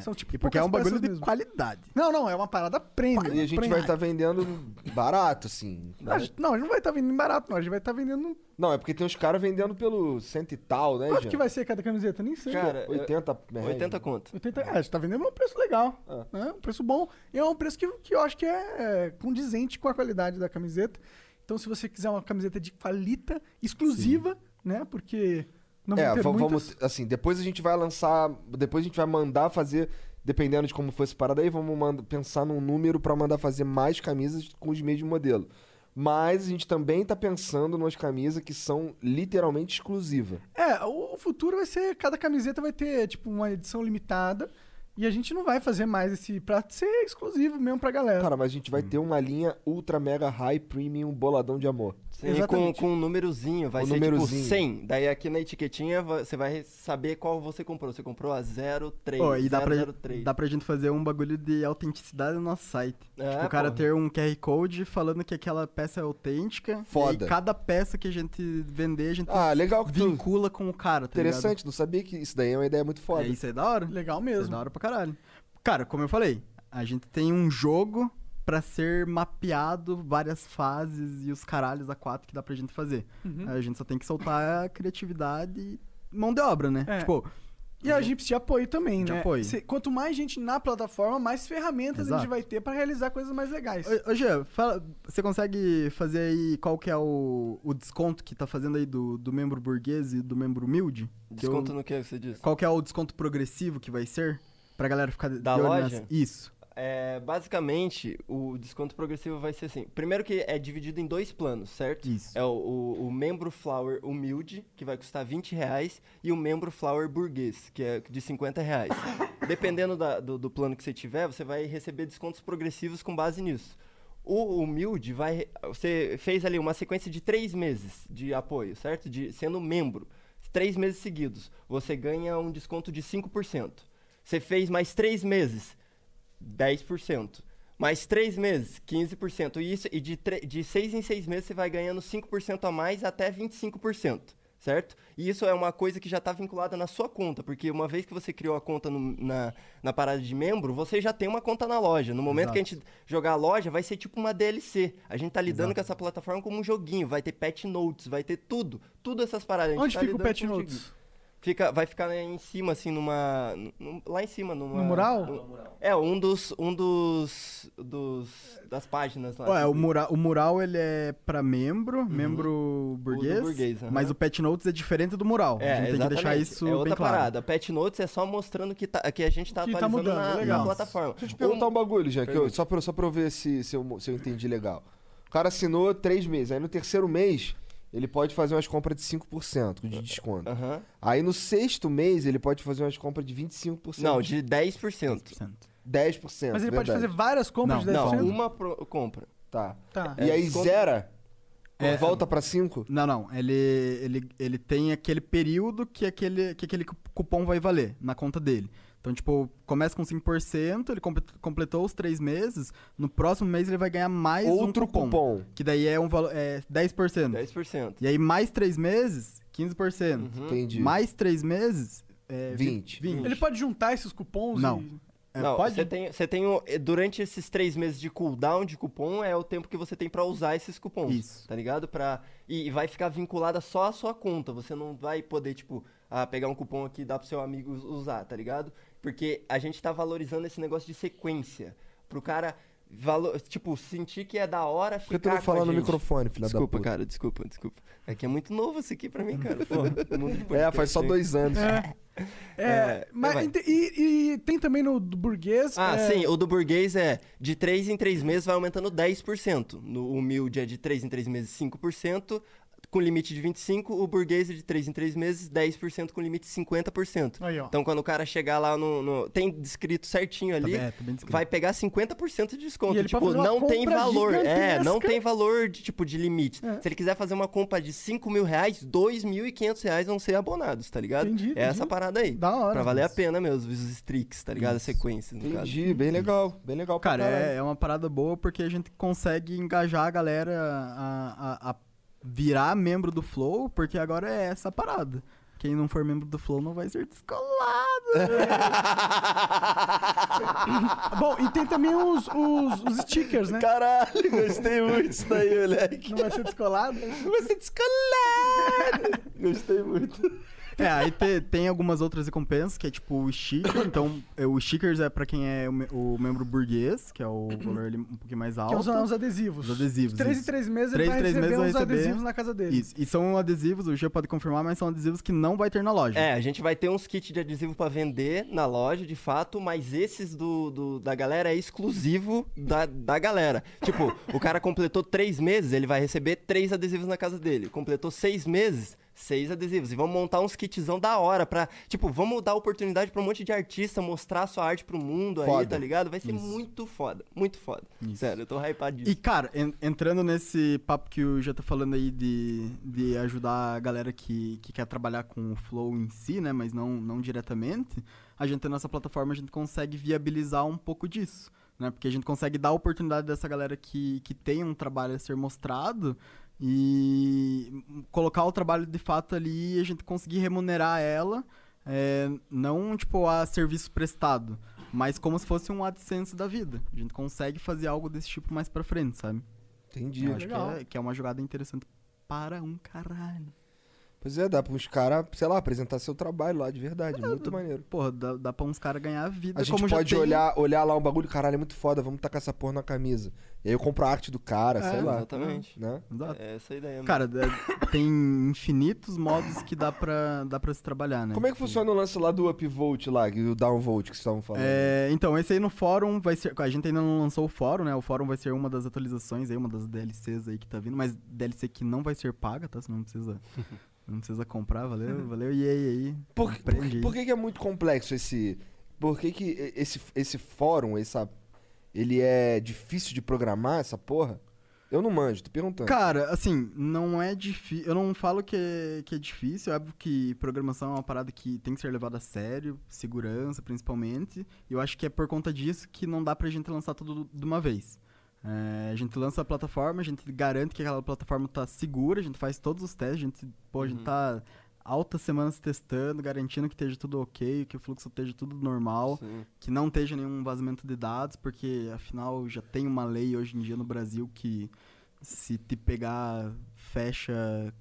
São tipo E porque é um poucas bagulho peças de mesmo. qualidade. Não, não, é uma parada premium. E a gente premium. vai tá- estar vendendo barato, assim. Não, a gente- Não, a gente não vai estar vendendo barato, não. A gente vai estar vendendo. Não, é porque tem uns caras vendendo pelo cento e tal, né, Quanto Jean? que vai ser cada camiseta? Nem sei. Cara, eu- 80 reais. 80 conto. 80 reais. A gente tá vendendo um preço legal. né? Um preço bom. E é um preço que, que eu acho que é condizente com a qualidade da camiseta. Então, se você quiser uma camiseta de qualita, exclusiva, né? Porque não vai É, ter va- muitas... vamos. Assim, depois a gente vai lançar. Depois a gente vai mandar fazer. Dependendo de como for essa parada aí, vamos manda- pensar num número pra mandar fazer mais camisas com os mesmos modelos. Mas a gente também tá pensando nas camisas que são literalmente exclusivas. É, o o futuro vai ser. Cada camiseta vai ter, tipo, uma edição limitada. E a gente não vai fazer mais esse prato ser exclusivo mesmo pra galera. Cara, mas a gente vai ter uma linha ultra mega high premium boladão de amor. E com, Exatamente. com um númerozinho, vai Um ser numerozinho. tipo 100. Daí aqui na etiquetinha va- você vai saber qual você comprou. Você comprou a 03, Pô, e dá pra, 003. dá pra gente fazer um bagulho de autenticidade no nosso site. É, tipo, o cara porra. ter um QR Code falando que aquela peça é autêntica. Foda. E cada peça que a gente vender, a gente Ah, legal que tu. vincula com o cara, tá Interessante, não sabia que isso daí é uma ideia muito ligado? foda. É, isso é da hora. Legal Isso é mesmo. da hora pra caralho. Cara, como eu falei, a gente tem um jogo pra ser mapeado várias fases e os caralhos a quatro que dá pra gente fazer. A gente só tem que soltar a criatividade e mão de obra, né? É. Tipo, E a Gips de apoio também, De né? apoio. Cê- quanto mais gente na plataforma, mais ferramentas a gente Exato. vai ter pra realizar coisas mais legais. Ô, ô, Jean, fala- você consegue fazer aí qual que é o, o desconto que tá fazendo aí do, do membro burguês e do membro humilde? Que eu- Desconto no que você disse? Qual que é o desconto progressivo que vai ser? Pra galera ficar de Da olho loja? nas- Isso. É, basicamente, o desconto progressivo vai ser assim. Primeiro que é dividido em dois planos, certo? Isso. É o, o- o membro Flower humilde, que vai custar 20 reais, e o membro Flower burguês, que é de 50 reais. Dependendo da- do, do plano que você tiver, você vai receber descontos progressivos com base nisso. O humilde vai. Você fez ali uma sequência de três meses de apoio, certo? De, sendo membro. Três meses seguidos. Você ganha um desconto de 5%. Você fez mais três meses. 10%. Mais 3 meses, 15%. E, isso, e de, 6 em 6 meses você vai ganhando 5% a mais até 25%, certo? E isso é uma coisa que já está vinculada na sua conta, porque uma vez que você criou a conta no- na, na parada de membro, você já tem uma conta na loja. No momento que a gente jogar a loja, vai ser tipo uma DLC. A gente tá lidando com essa plataforma como um joguinho, vai ter pet notes, vai ter tudo. Tudo essas paradas. A gente Onde tá fica o lidando Pet como um Notes? joguinho. Fica, vai ficar lá em cima, assim, numa. num- lá em cima, numa. No mural? num- é, um dos. Um dos. dos das páginas lá. Ué, é o, mura- o mural ele é pra membro, membro burguês, Uhum. burguês, aham. mas o Pet Notes é diferente do mural. a É, gente tem que exatamente. deixar isso é outra bem claro. parada. Pet Notes é só mostrando que, tá, que a gente tá Que tá atualizando mudando, na, legal. na plataforma. Deixa eu te perguntar um bagulho, Jean, que eu- só, pra, só pra eu ver se, se, eu, se eu entendi legal. O cara assinou três meses, aí no terceiro mês ele pode fazer umas compras de 5% de desconto. Aham. Aí no sexto mês ele pode fazer umas compras de 25%. Não, de 10%. 10%. Mas ele pode verdade. fazer várias compras de Não, 10%. Não, Dez por cento? uma pro- compra. Tá. Tá. E aí desconto. zera? É, volta pra 5? Não, não. Ele, ele, ele tem aquele período que aquele, que aquele cu- cupom vai valer na conta dele. Então, tipo, começa com 5%, ele comple- completou os três meses, no próximo mês ele vai ganhar mais Outro um cupom, cupom. Que daí é um valor. É 10%. 10%. E aí mais três meses, 15%. Uhum. Entendi. Mais três meses, é 20. 20. Ele pode juntar esses cupons Não. e. É, Não, pode? Você tem, você tem o- eh, durante esses três meses de cooldown de cupom é o tempo que você tem pra usar esses cupons. Isso. Tá ligado? Para e, e vai ficar vinculada só à sua conta. Você não vai poder tipo ah, pegar um cupom aqui e dar pro seu amigo us- usar, tá ligado? Porque a gente tá valorizando esse negócio de sequência pro cara valo- tipo sentir que é da hora Por que ficar tu não com a fala no gente. microfone, filha da Desculpa, puta? cara, desculpa, desculpa. É que é muito novo isso aqui pra mim, cara. Porra, o mundo de É, podcast, faz só hein? dois anos. É, mas vai. ente- e, e tem também no do burguês. Ah, é, sim, o do burguês é de 3 em 3 meses vai aumentando 10%. No humilde é de 3 em 3 meses 5%, com limite de 25%, o burguês é de 3 em 3 meses, 10% com limite de 50%. Aí, ó. Então, quando o cara chegar lá no. no- tem descrito certinho ali, bem- é, tá bem descrito. vai pegar 50% de E desconto. ele pode Tipo, fazer uma não tem compra valor. É, não gigantesca. É. tem valor de tipo de limite. Se ele quiser fazer uma compra de 5 mil reais, 2.500 reais vão ser abonados, tá ligado? Entendi, É essa entendi. parada aí. Da hora. Pra valer a pena mesmo, os streaks, tá ligado? As sequências, no caso. Entendi, bem legal. Bem legal pra Cara, caralho. é, é uma parada boa porque a gente consegue engajar a galera a, a- a virar membro do Flow, porque agora é essa parada. Quem não for membro do Flow não vai ser É. descolado. Bom, e tem também os, os, os stickers, né? Caralho, gostei muito disso daí, moleque. Não vai ser descolado. Você descolado. Gostei muito. é, aí te- tem algumas outras recompensas, que é tipo o sticker. Então, é, o stickers é pra quem é o, me- o membro burguês, que é o valor ali um pouquinho mais Que alto. é os, os adesivos. Os adesivos, De três em isso. três meses ele Três em vai três receber meses vai uns receber- adesivos na casa dele. Isso. E são adesivos, o Gia pode confirmar, mas são adesivos que não vai ter na loja. É, a gente vai ter uns kits de adesivo pra vender na loja, de fato, mas esses do, do- da galera é exclusivo da, da galera. Tipo, o cara completou três meses, ele vai receber três adesivos na casa dele. Completou seis meses, seis adesivos. E vamos montar uns kitzão da hora pra. Tipo, vamos dar oportunidade pra um monte de artista mostrar a sua arte pro mundo aí, Foda. tá ligado? Vai ser muito foda, muito foda. Sério, eu tô hypado disso. E, cara, en- entrando nesse papo que o já tá falando aí de, de ajudar a galera que, que quer trabalhar com o Flow em si, né? Mas não, não diretamente, a gente, na nossa plataforma, a gente consegue viabilizar um pouco disso. Né? Porque a gente consegue dar a oportunidade dessa galera que, que tem um trabalho a ser mostrado e colocar o trabalho de fato ali e a gente conseguir remunerar ela, é, não tipo a serviço prestado, mas como se fosse um AdSense da vida. A gente consegue fazer algo desse tipo mais pra frente, sabe? Entendi. Eu acho que é, que é uma jogada interessante para um caralho. Pois é, dá pra uns caras, sei lá, apresentar seu trabalho lá de verdade. muito maneiro. Porra, dá, dá pra uns caras ganhar a vida A gente como já pode tem. olhar, olhar lá um bagulho, caralho, é muito foda, vamos tacar essa porra na camisa. E aí eu compro a arte do cara, É. sei lá. É, Exatamente. Né? Exato. É essa a ideia mesmo. Cara, dá- tem infinitos modos que dá pra, dá pra se trabalhar, né? Como é que funciona o lance lá do upvote lá, e o downvolt que vocês estavam falando? É, então, esse aí no fórum vai ser. A gente ainda não lançou o fórum, né? O fórum vai ser uma das atualizações aí, uma das DLCs aí que tá vindo, mas DLC que não vai ser paga, tá? Você não precisa. Não precisa comprar, valeu, valeu, e aí, e aí. Por, que- por, Aprende aí. por que, que é muito complexo esse. Por que, que e- esse, esse fórum, essa. Ele é difícil de programar, essa porra? Eu não manjo, tô perguntando. Cara, assim, não é difícil. Eu não falo que é, que é difícil, é óbvio que programação é uma parada que tem que ser levada a sério, segurança principalmente. E eu acho que é por conta disso que não dá pra gente lançar tudo de uma vez. É, a gente lança a plataforma, a gente garante que aquela plataforma tá segura, a gente faz todos os testes, a gente, pô, a gente tá altas semanas testando, garantindo que esteja tudo ok, que o fluxo esteja tudo normal Sim. que não esteja nenhum vazamento de dados, porque afinal já tem uma lei hoje em dia no Brasil que se te pegar, fecha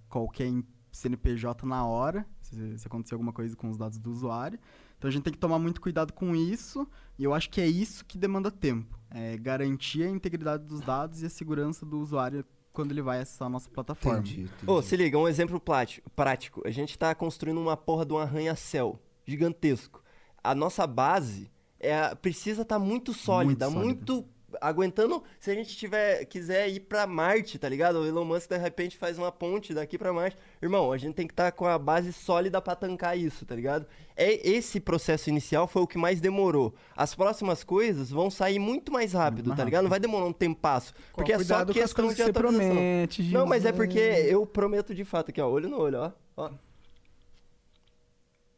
qualquer em- CNPJ na hora, se, se acontecer alguma coisa com os dados do usuário. Então a gente tem que tomar muito cuidado com isso, e eu acho que é isso que demanda tempo. É garantir a integridade dos dados e a segurança do usuário quando ele vai acessar a nossa plataforma. entendi. entendi. Ô, se liga, um exemplo plati- prático. A gente tá construindo uma porra de um arranha-céu gigantesco. A nossa base é a- precisa estar muito sólida, sólida. muito, aguentando. Se a gente tiver quiser ir pra Marte, tá ligado? O Elon Musk de repente faz uma ponte daqui pra Marte. Irmão, a gente tem que estar com a base sólida pra tancar isso, tá ligado? É esse processo inicial foi o que mais demorou. As próximas coisas vão sair muito mais rápido, tá ligado? Não vai demorar um tempasso, porque é só cuidado com as questão coisas que de você atualização. promete, Não, mas é Jesus. porque eu prometo de fato aqui, ó. Olho no olho, ó. ó.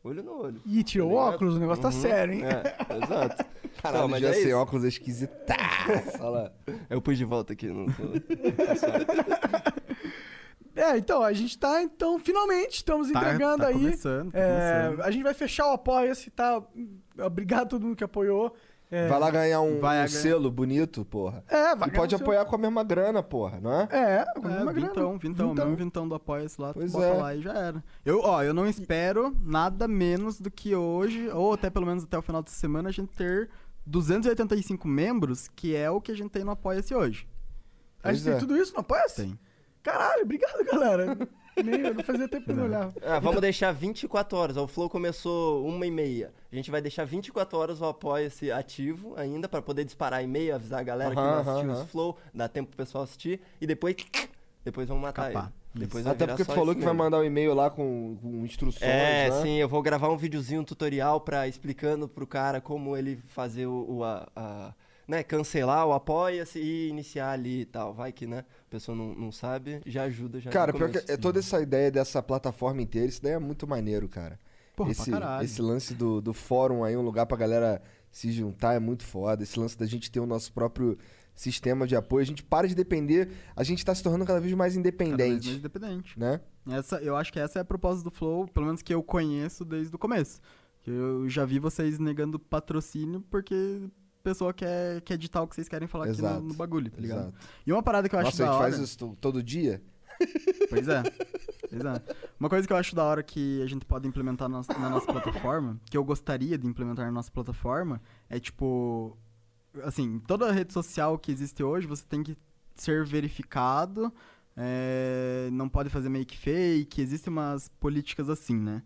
Olho no olho. Ih, tirou o Tá ligado? óculos, o negócio tá sério, hein? É, exato. Caralho, Não, mas já é sem isso. óculos é esquisitaço. Olha lá. Eu pus de volta aqui. Não tô... É, então, a gente tá, então, finalmente, estamos Tá- entregando tá aí. começando, tá É, começando. A gente vai fechar o apoia-se, tá? Obrigado a todo mundo que apoiou. É, Vai lá ganhar um, Vai um ganhar. selo bonito, porra. É, vai E pode ganhar um apoiar com a mesma grana, porra, não é? É, com É, uma grana. vintão, vintão, o mesmo vintão do Apoia-se lá, tu Pois bota é. lá e já era. Eu, ó, eu não espero nada menos do que hoje, ou até pelo menos até o final de semana, a gente ter 285 membros, que é o que a gente tem no Apoia-se hoje. A gente Pois tem é. tudo isso no apoia-se? Tem. Caralho, obrigado, galera. Nem eu fazia tempo que eu não olhava. Ah, vamos deixar 24 horas. ó, O Flow começou uma e meia. A gente vai deixar 24 horas o apoia-se ativo ainda pra poder disparar e-mail, avisar a galera que Aham, não assistiu aham, os Flow, dá tempo pro pessoal assistir e depois depois vamos matar Capá. ele. Depois vai Até é, virar porque tu só falou isso que vai mesmo. mandar um e-mail lá com, com instruções, É, né? sim, eu vou gravar um videozinho, um tutorial pra explicando pro cara como ele fazer o, o a, a- né, cancelar o apoia-se e iniciar ali e tal. Vai que, né, a pessoa não, não sabe, já ajuda, já Cara, no pior começo. que é toda essa ideia dessa plataforma inteira, isso daí é muito maneiro, cara. Porra, pra esse, caralho. esse lance do, do fórum aí, um lugar pra galera se juntar é muito foda. Esse lance da gente ter o nosso próprio sistema de apoio. A gente para de depender, a gente tá se tornando cada vez mais Cada vez mais independente, independente. né? Essa, eu acho que essa é a proposta do Flow, pelo menos que eu conheço desde o começo. Que Eu já vi vocês negando patrocínio porque a pessoa quer, quer editar o que vocês querem falar aqui Exato, no- no, bagulho, tá ligado? Exato. E uma parada que eu acho Nossa, a da gente hora... faz isso to- todo dia? Pois é. Pois é. Uma coisa que eu acho da hora que a gente pode implementar na, na nossa plataforma, que eu gostaria de implementar na nossa plataforma, é tipo. Assim, toda rede social que existe hoje, você tem que ser verificado, é, não pode fazer make fake, existem umas políticas assim, né?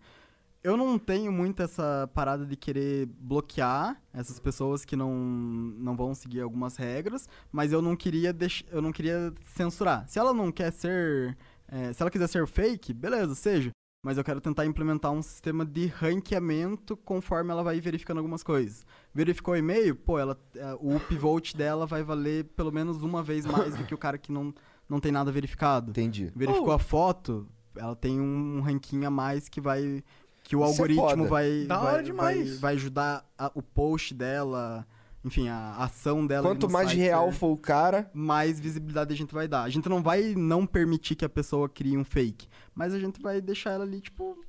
Eu não tenho muito essa parada de querer bloquear essas pessoas que não, não vão seguir algumas regras, mas eu não queria deix... eu não queria censurar. Se ela não quer ser, eh, se ela quiser ser fake, beleza, seja. Mas eu quero tentar implementar um sistema de ranqueamento conforme ela vai verificando algumas coisas. Verificou o e-mail, pô, ela, eh, o upvote dela vai valer pelo menos uma vez mais do que o cara que não, não tem nada verificado. Entendi. Verificou a foto, ela tem um ranquinho a mais que vai. Que o Isso é algoritmo foda. vai, Da vai, hora demais. vai. vai ajudar a- o post dela, enfim, a ação dela. ali Quanto no mais site, real né? for o cara, mais visibilidade a gente vai dar. A gente não vai não permitir que a pessoa crie um fake, mas a gente vai deixar ela ali, tipo,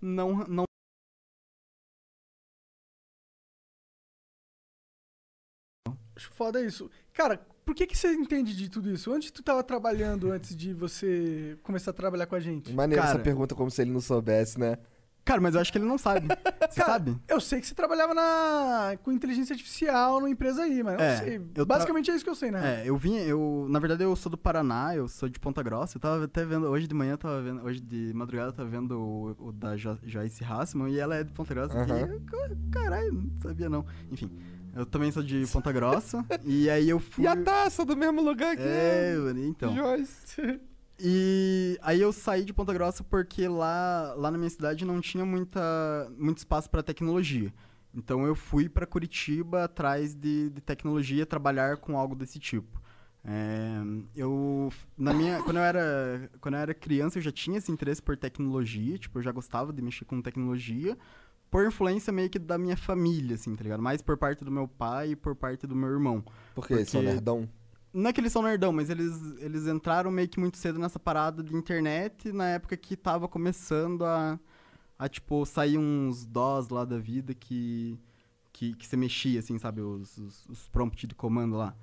não. não Acho foda isso. Cara, por que, que você entende de tudo isso? Onde tu tava trabalhando antes de você começar a trabalhar com a gente? maneiro essa Cara. pergunta como se ele não soubesse, né? Cara, mas eu acho que ele não sabe. Você Cara, sabe? Eu sei que você trabalhava na... com inteligência artificial numa empresa aí, mas É, não sei. eu tra- Basicamente é isso que eu sei, né? É, eu vim, eu, na verdade eu sou do Paraná, eu sou de Ponta Grossa, eu tava até vendo, hoje de manhã eu tava vendo, hoje de madrugada eu tava vendo o, o da Jo- Joyce Hassman e ela é de Ponta Grossa, Aham. e eu, ca- caralho, não sabia não. Enfim, eu também sou de Ponta Grossa, e aí eu fui... E a taça do mesmo lugar que É, mano, então. Joyce. E aí eu saí de Ponta Grossa porque lá, lá na minha cidade não tinha muita, muito espaço para tecnologia. Então eu fui para Curitiba atrás de, de tecnologia trabalhar com algo desse tipo. É, eu na minha quando eu era quando eu era criança eu já tinha esse interesse por tecnologia, tipo eu já gostava de mexer com tecnologia por influência meio que da minha família, assim, tá ligado? Mais por parte do meu pai e por parte do meu irmão. Por quê? São Porque- nerdão? Não é que eles são nerdão, mas eles, eles entraram meio que muito cedo nessa parada de internet na época que tava começando a, a tipo, sair uns DOS lá da vida que, que, que você mexia, assim, sabe? Os, os, os prompt de comando lá.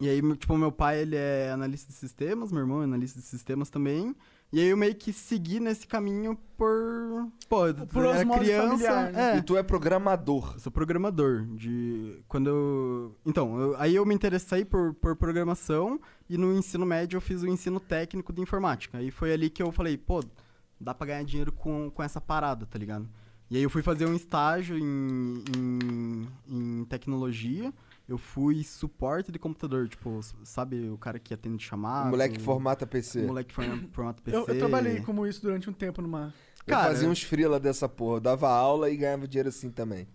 E aí, meu- tipo, meu pai, ele é analista de sistemas, meu irmão é analista de sistemas também. E aí eu meio que segui nesse caminho por... Pô, eu Por era osmose criança... familiar, né? é. E tu é programador. Eu sou programador. De quando eu... Então, eu- aí eu me interessei por, por programação e no ensino médio eu fiz o ensino técnico de informática. Aí foi ali que eu falei, pô, dá pra ganhar dinheiro com, com essa parada, tá ligado? E aí eu fui fazer um estágio em, em, em tecnologia. Eu fui suporte de computador, tipo, s- sabe o cara que atende O chamado? moleque que formata PC. Ah, o moleque que forma- formata PC. Eu, eu trabalhei como isso durante um tempo numa. Cara- eu fazia uns frila dessa porra. Eu dava aula e ganhava dinheiro assim também.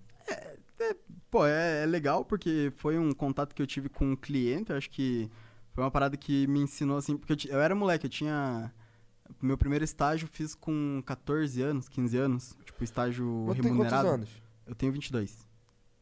Pô, é, é legal porque foi um contato que eu tive com um cliente, eu acho que foi uma parada que me ensinou assim, porque eu, ti- eu era moleque, eu tinha meu primeiro estágio eu fiz com 14 anos, 15 anos, tipo estágio Mas tu tem quantos remunerado. anos? Eu tenho 22.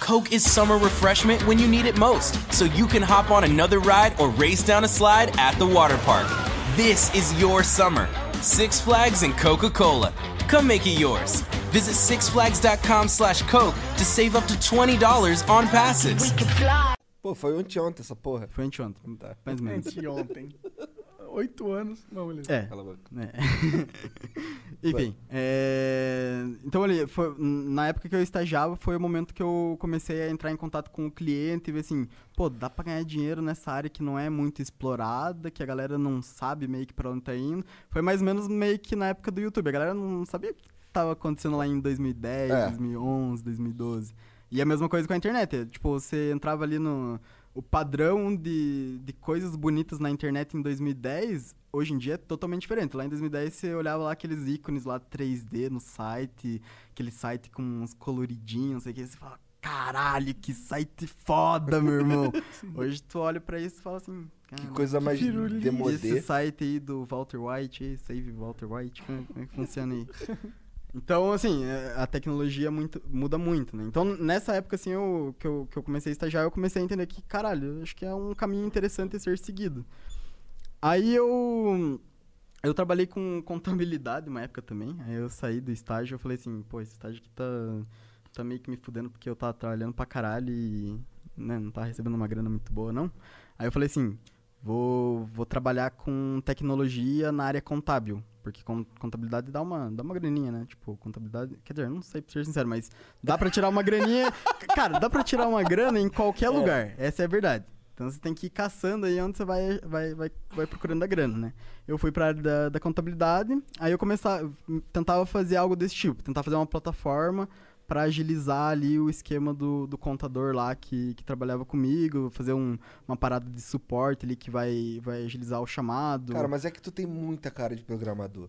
Coke is summer refreshment when you need it most, so you can hop on another ride or race down a slide at the water park. This is your summer. Six Flags, and Coca-Cola. Come make it yours. Visit sixflags.com slash Coke to save up to $20 on passes. Pô, foi anteontem essa porra. Foi anteontem. Tá. Mais ou menos. Anteontem. Oito anos. Não, beleza. É. Cala a boca. É. Enfim. é, Então, ali, foi- na época que eu estagiava, foi o momento que eu comecei a entrar em contato com o cliente e ver assim, pô, dá pra ganhar dinheiro nessa área que não é muito explorada, que a galera não sabe meio que pra onde tá indo. Foi mais ou menos meio que na época do YouTube. A galera não sabia o que tava acontecendo lá em 2010, É. 2011, 2012. E a mesma coisa com a internet. é, Tipo, você entrava ali no... O padrão de, de coisas bonitas na internet em 2010, hoje em dia é totalmente diferente. Lá em 2010 você olhava lá aqueles ícones lá 3D no site, aquele site com uns coloridinhos, não sei o que, você fala, caralho, que site foda, meu irmão. hoje tu olha pra isso e fala assim, "Caralho, coisa mais firulito." demodê. Esse site aí do Walter White, aí, Save Walter White, como, como é que funciona aí? Então, assim, é, a tecnologia muito- muda muito, né? Então, nessa época, assim, eu, que, eu, que eu comecei a estagiar, eu comecei a entender que, caralho, acho que é um caminho interessante a ser seguido. Aí eu... Eu trabalhei com contabilidade uma época também. Aí eu saí do estágio, eu falei assim, pô, esse estágio aqui tá, tá meio que me fudendo porque eu tava trabalhando pra caralho e né, não tava recebendo uma grana muito boa, não. Aí eu falei assim, vou, vou trabalhar com tecnologia na área contábil. Porque con- contabilidade dá uma, dá uma graninha, né? Tipo, contabilidade. Quer dizer, não sei pra ser sincero, mas dá pra tirar uma graninha. Cara, dá pra tirar uma grana em qualquer lugar. Essa é a verdade. Então você tem que ir caçando aí onde você vai, vai, vai, vai procurando a grana, né? Eu fui pra área da, da contabilidade, aí eu começava, tentava fazer algo desse tipo, tentar fazer uma plataforma pra agilizar ali o esquema do, do contador lá que, que trabalhava comigo, fazer um- uma parada de suporte ali que vai, vai agilizar o chamado. Cara, mas é que tu tem muita cara de programador.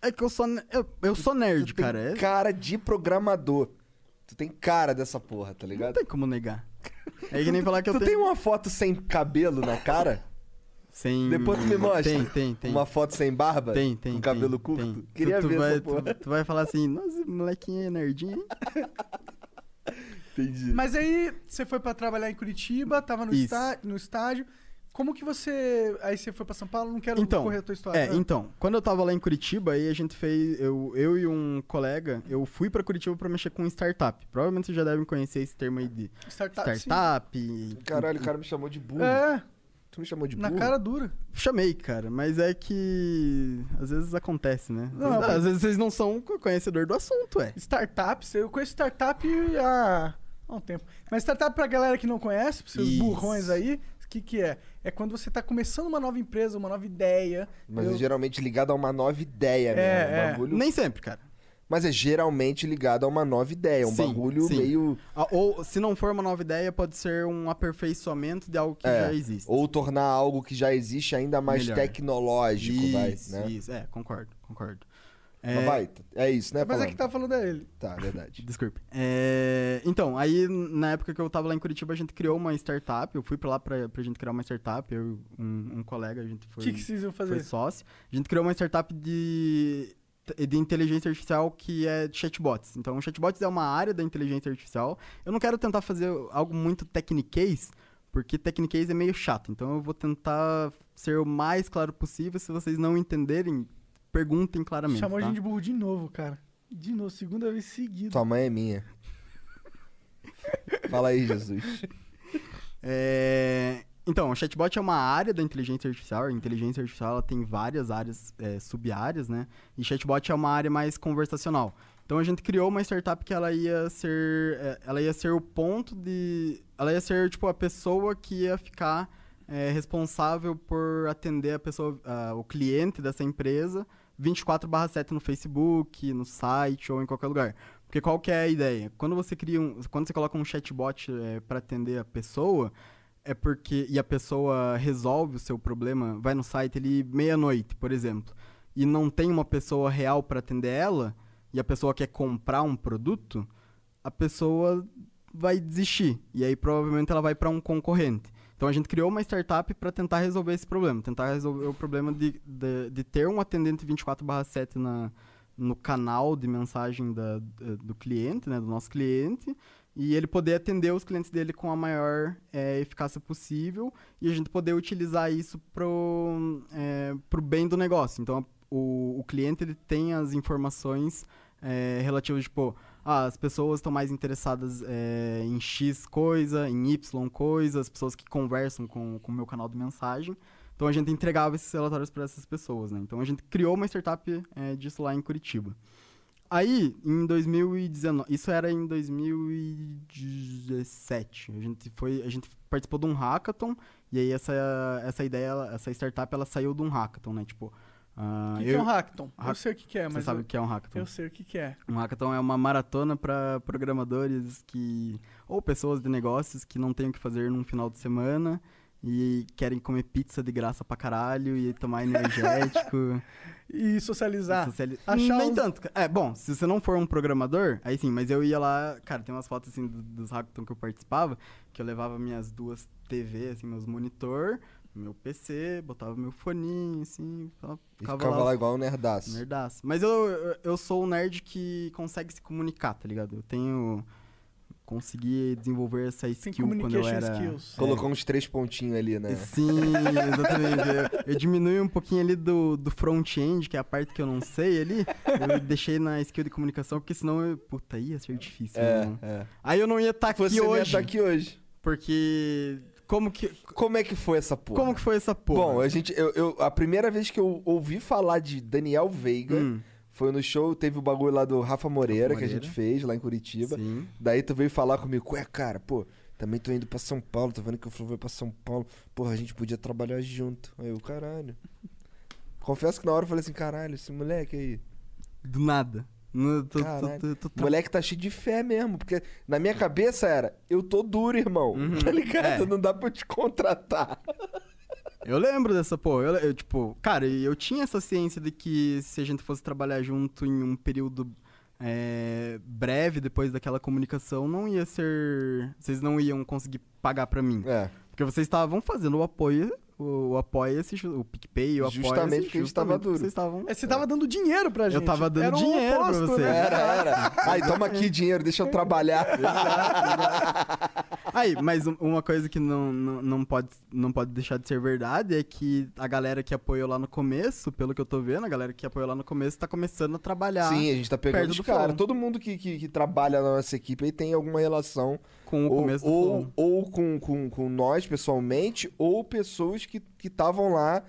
É que eu sou, ne- eu, eu sou nerd, cara. é- Cara de programador. Tu tem cara dessa porra, tá ligado? Não tem como negar. É que nem falar que eu tu tenho- tem uma foto sem cabelo na cara? Sem... Depois tu me mostra. Hum, Tem, tem, tem. Uma foto sem barba? Tem, tem. Com um cabelo tem, curto? tem. Queria tu, tu ver vai, essa porra. Tu, tu vai falar assim, nossa, esse molequinho é nerdinho. hein?" Entendi. Mas aí você foi pra trabalhar em Curitiba, tava no, Isso. está- no estágio. Como que você. Aí você foi pra São Paulo? Não quero Então, correr a tua história. Ah, é, né? então, quando eu tava lá em Curitiba, aí a gente fez, eu, eu e um colega, eu fui pra Curitiba pra mexer com startup. Provavelmente vocês já devem conhecer esse termo aí de Startup, sim. startup, né? Caralho, o cara me chamou de burro. É. Tu me chamou de Na burro? cara dura. Chamei, cara, mas é que às vezes acontece, né? Não, às, mas- vezes vocês não são co- conhecedor do assunto, é. Startups, eu conheço startup há, há um tempo. Mas startup pra galera que não conhece, pros seus Isso. burrões aí, o que, que é? É quando você tá começando uma nova empresa, uma nova ideia. Mas eu- é geralmente ligado a uma nova ideia É, mesmo. um é. bagulho- Nem sempre, cara. Mas é geralmente ligado a uma nova ideia. Um Sim, bagulho sim. meio. Ah, Ou se não for uma nova ideia, pode ser um aperfeiçoamento de algo que é, já existe. Ou tornar algo que já existe ainda mais Melhor. tecnológico, isso, vai, né? Isso, é, concordo, concordo. Mas vai, é isso, né? Mas é Palavra? que tá falando é ele. Tá, verdade. Desculpe. É, então, aí na época que eu tava lá em Curitiba, a gente criou uma startup. Eu fui pra lá pra, pra gente criar uma startup. Eu e um, um colega, a gente foi. Que que vocês iam fazer? Foi sócio. A gente criou uma startup de, de inteligência artificial que é de chatbots. Então, chatbots é uma área da inteligência artificial. Eu não quero tentar fazer algo muito techniquez, porque techniquez é meio chato. Então, eu vou tentar ser o mais claro possível. Se vocês não entenderem, perguntem claramente. Chamou a tá? gente de burro de novo, cara. De novo, segunda vez seguida. Tua mãe é minha. Fala aí, Jesus. É, Então, o chatbot é uma área da inteligência artificial. A inteligência artificial ela tem várias áreas, é, sub-áreas, né? E chatbot é uma área mais conversacional. Então, a gente criou uma startup que ela ia ser... é, Ela ia ser o ponto de... Ela ia ser, tipo, a pessoa que ia ficar é, responsável por atender a pessoa, a- o cliente dessa empresa 24 7 no Facebook, no site ou em qualquer lugar. Porque qual que é a ideia? Quando você cria um, quando você coloca um chatbot para atender a pessoa, é porque e a pessoa resolve o seu problema, vai no site ali meia-noite, por exemplo, e não tem uma pessoa real para atender ela, e a pessoa quer comprar um produto, a pessoa vai desistir. E aí provavelmente ela vai para um concorrente. Então a gente criou uma startup para tentar resolver esse problema, tentar resolver o problema de, de, de ter um atendente 24/7 na, no canal de mensagem da, da- do cliente, né, do nosso cliente, e ele poder atender os clientes dele com a maior eh, eficácia possível e a gente poder utilizar isso pro, eh, pro bem do negócio. Então, o, o cliente ele tem as informações é, relativas, tipo, ah, as pessoas estão mais interessadas é, em X coisa, em Y coisa, as pessoas que conversam com com o meu canal de mensagem. Então a gente entregava esses relatórios para essas pessoas, né? Então a gente criou uma startup é, disso lá em Curitiba. Aí, em 2019, isso era em 2017. A gente foi, a gente participou de um hackathon e aí essa essa ideia, ela- essa startup, ela saiu de um hackathon, né? Tipo, ah, O que, que é eu- um hackathon? Eu hack- sei o que, que é, mas. Você sabe eu- o que é um hackathon? Eu sei o que, que é. Um hackathon é uma maratona para programadores que ou pessoas de negócios que não têm o que fazer num final de semana e querem comer pizza de graça pra caralho e tomar energético. e Tá. socializar. Achar Hum, Achar Nem uns- tanto. É, bom, se você não for um programador, aí sim, mas eu ia lá, cara, tem umas fotos assim do- dos hackathon que eu participava, que eu levava minhas duas TV, assim, meus monitor, meu PC, botava meu foninho, assim, ficava, ficava lá igual um nerdaço. Nerdaço. Mas eu, eu- eu sou um nerd que consegue se comunicar, tá ligado? Eu tenho. Consegui desenvolver essa assim, skill quando eu era. É. Colocou uns três pontinhos ali, né? Sim, exatamente. Eu, eu diminui um pouquinho ali do, do front-end, que é a parte que eu não sei ali. Eu deixei na skill de comunicação, porque senão eu. Puta, ia ser difícil. É, né? é. Aí eu não ia estar Você aqui não ia hoje. tá aqui hoje. Porque. Como que. Como é que foi essa porra? Como que foi essa porra? Bom, a gente. Eu, eu- a primeira vez que eu ouvi falar de Daniel Veiga. Foi no show, teve o bagulho lá do Rafa Moreira, Rafa que a Moreira. gente fez lá em Curitiba. Sim. Daí tu veio falar comigo, ué, cara, pô, também tô indo pra São Paulo, tô vendo que o Flu vai pra São Paulo. Porra, a gente podia trabalhar junto. Aí eu, caralho. Confesso que na hora eu falei assim, caralho, esse moleque aí. Do nada. No- tô- tô- Caralho. tô- tô O moleque tá cheio de fé mesmo, porque na minha cabeça era, eu tô duro, irmão, tá ligado? é. Não dá pra eu te contratar. Eu lembro dessa porra. Eu, eu, tipo, cara, e eu tinha essa ciência de que se a gente fosse trabalhar junto em um período é, breve depois daquela comunicação, não ia ser. Vocês não iam conseguir pagar pra mim. É. Porque vocês estavam fazendo o apoio. O, o apoia-se, ju- o PicPay, o apoia-se. Justamente porque a gente tava justamente porque duro. Vocês estavam. É, Você tava dando dinheiro pra gente. Eu tava dando Era o dinheiro pra oposto, você. né? Era, era. Aí, toma aqui dinheiro, deixa eu trabalhar. Aí, mas um- uma coisa que não, não, não pode, não pode deixar de ser verdade é que a galera que apoiou lá no começo, pelo que eu tô vendo, a galera que apoiou lá no começo tá começando a trabalhar. Sim, a gente tá pegando perto os do caras. Flow. Todo mundo que, que, que trabalha na nossa equipe aí tem alguma relação com o ou, começo do ou, Flow. ou com, com, com nós pessoalmente, ou pessoas que estavam lá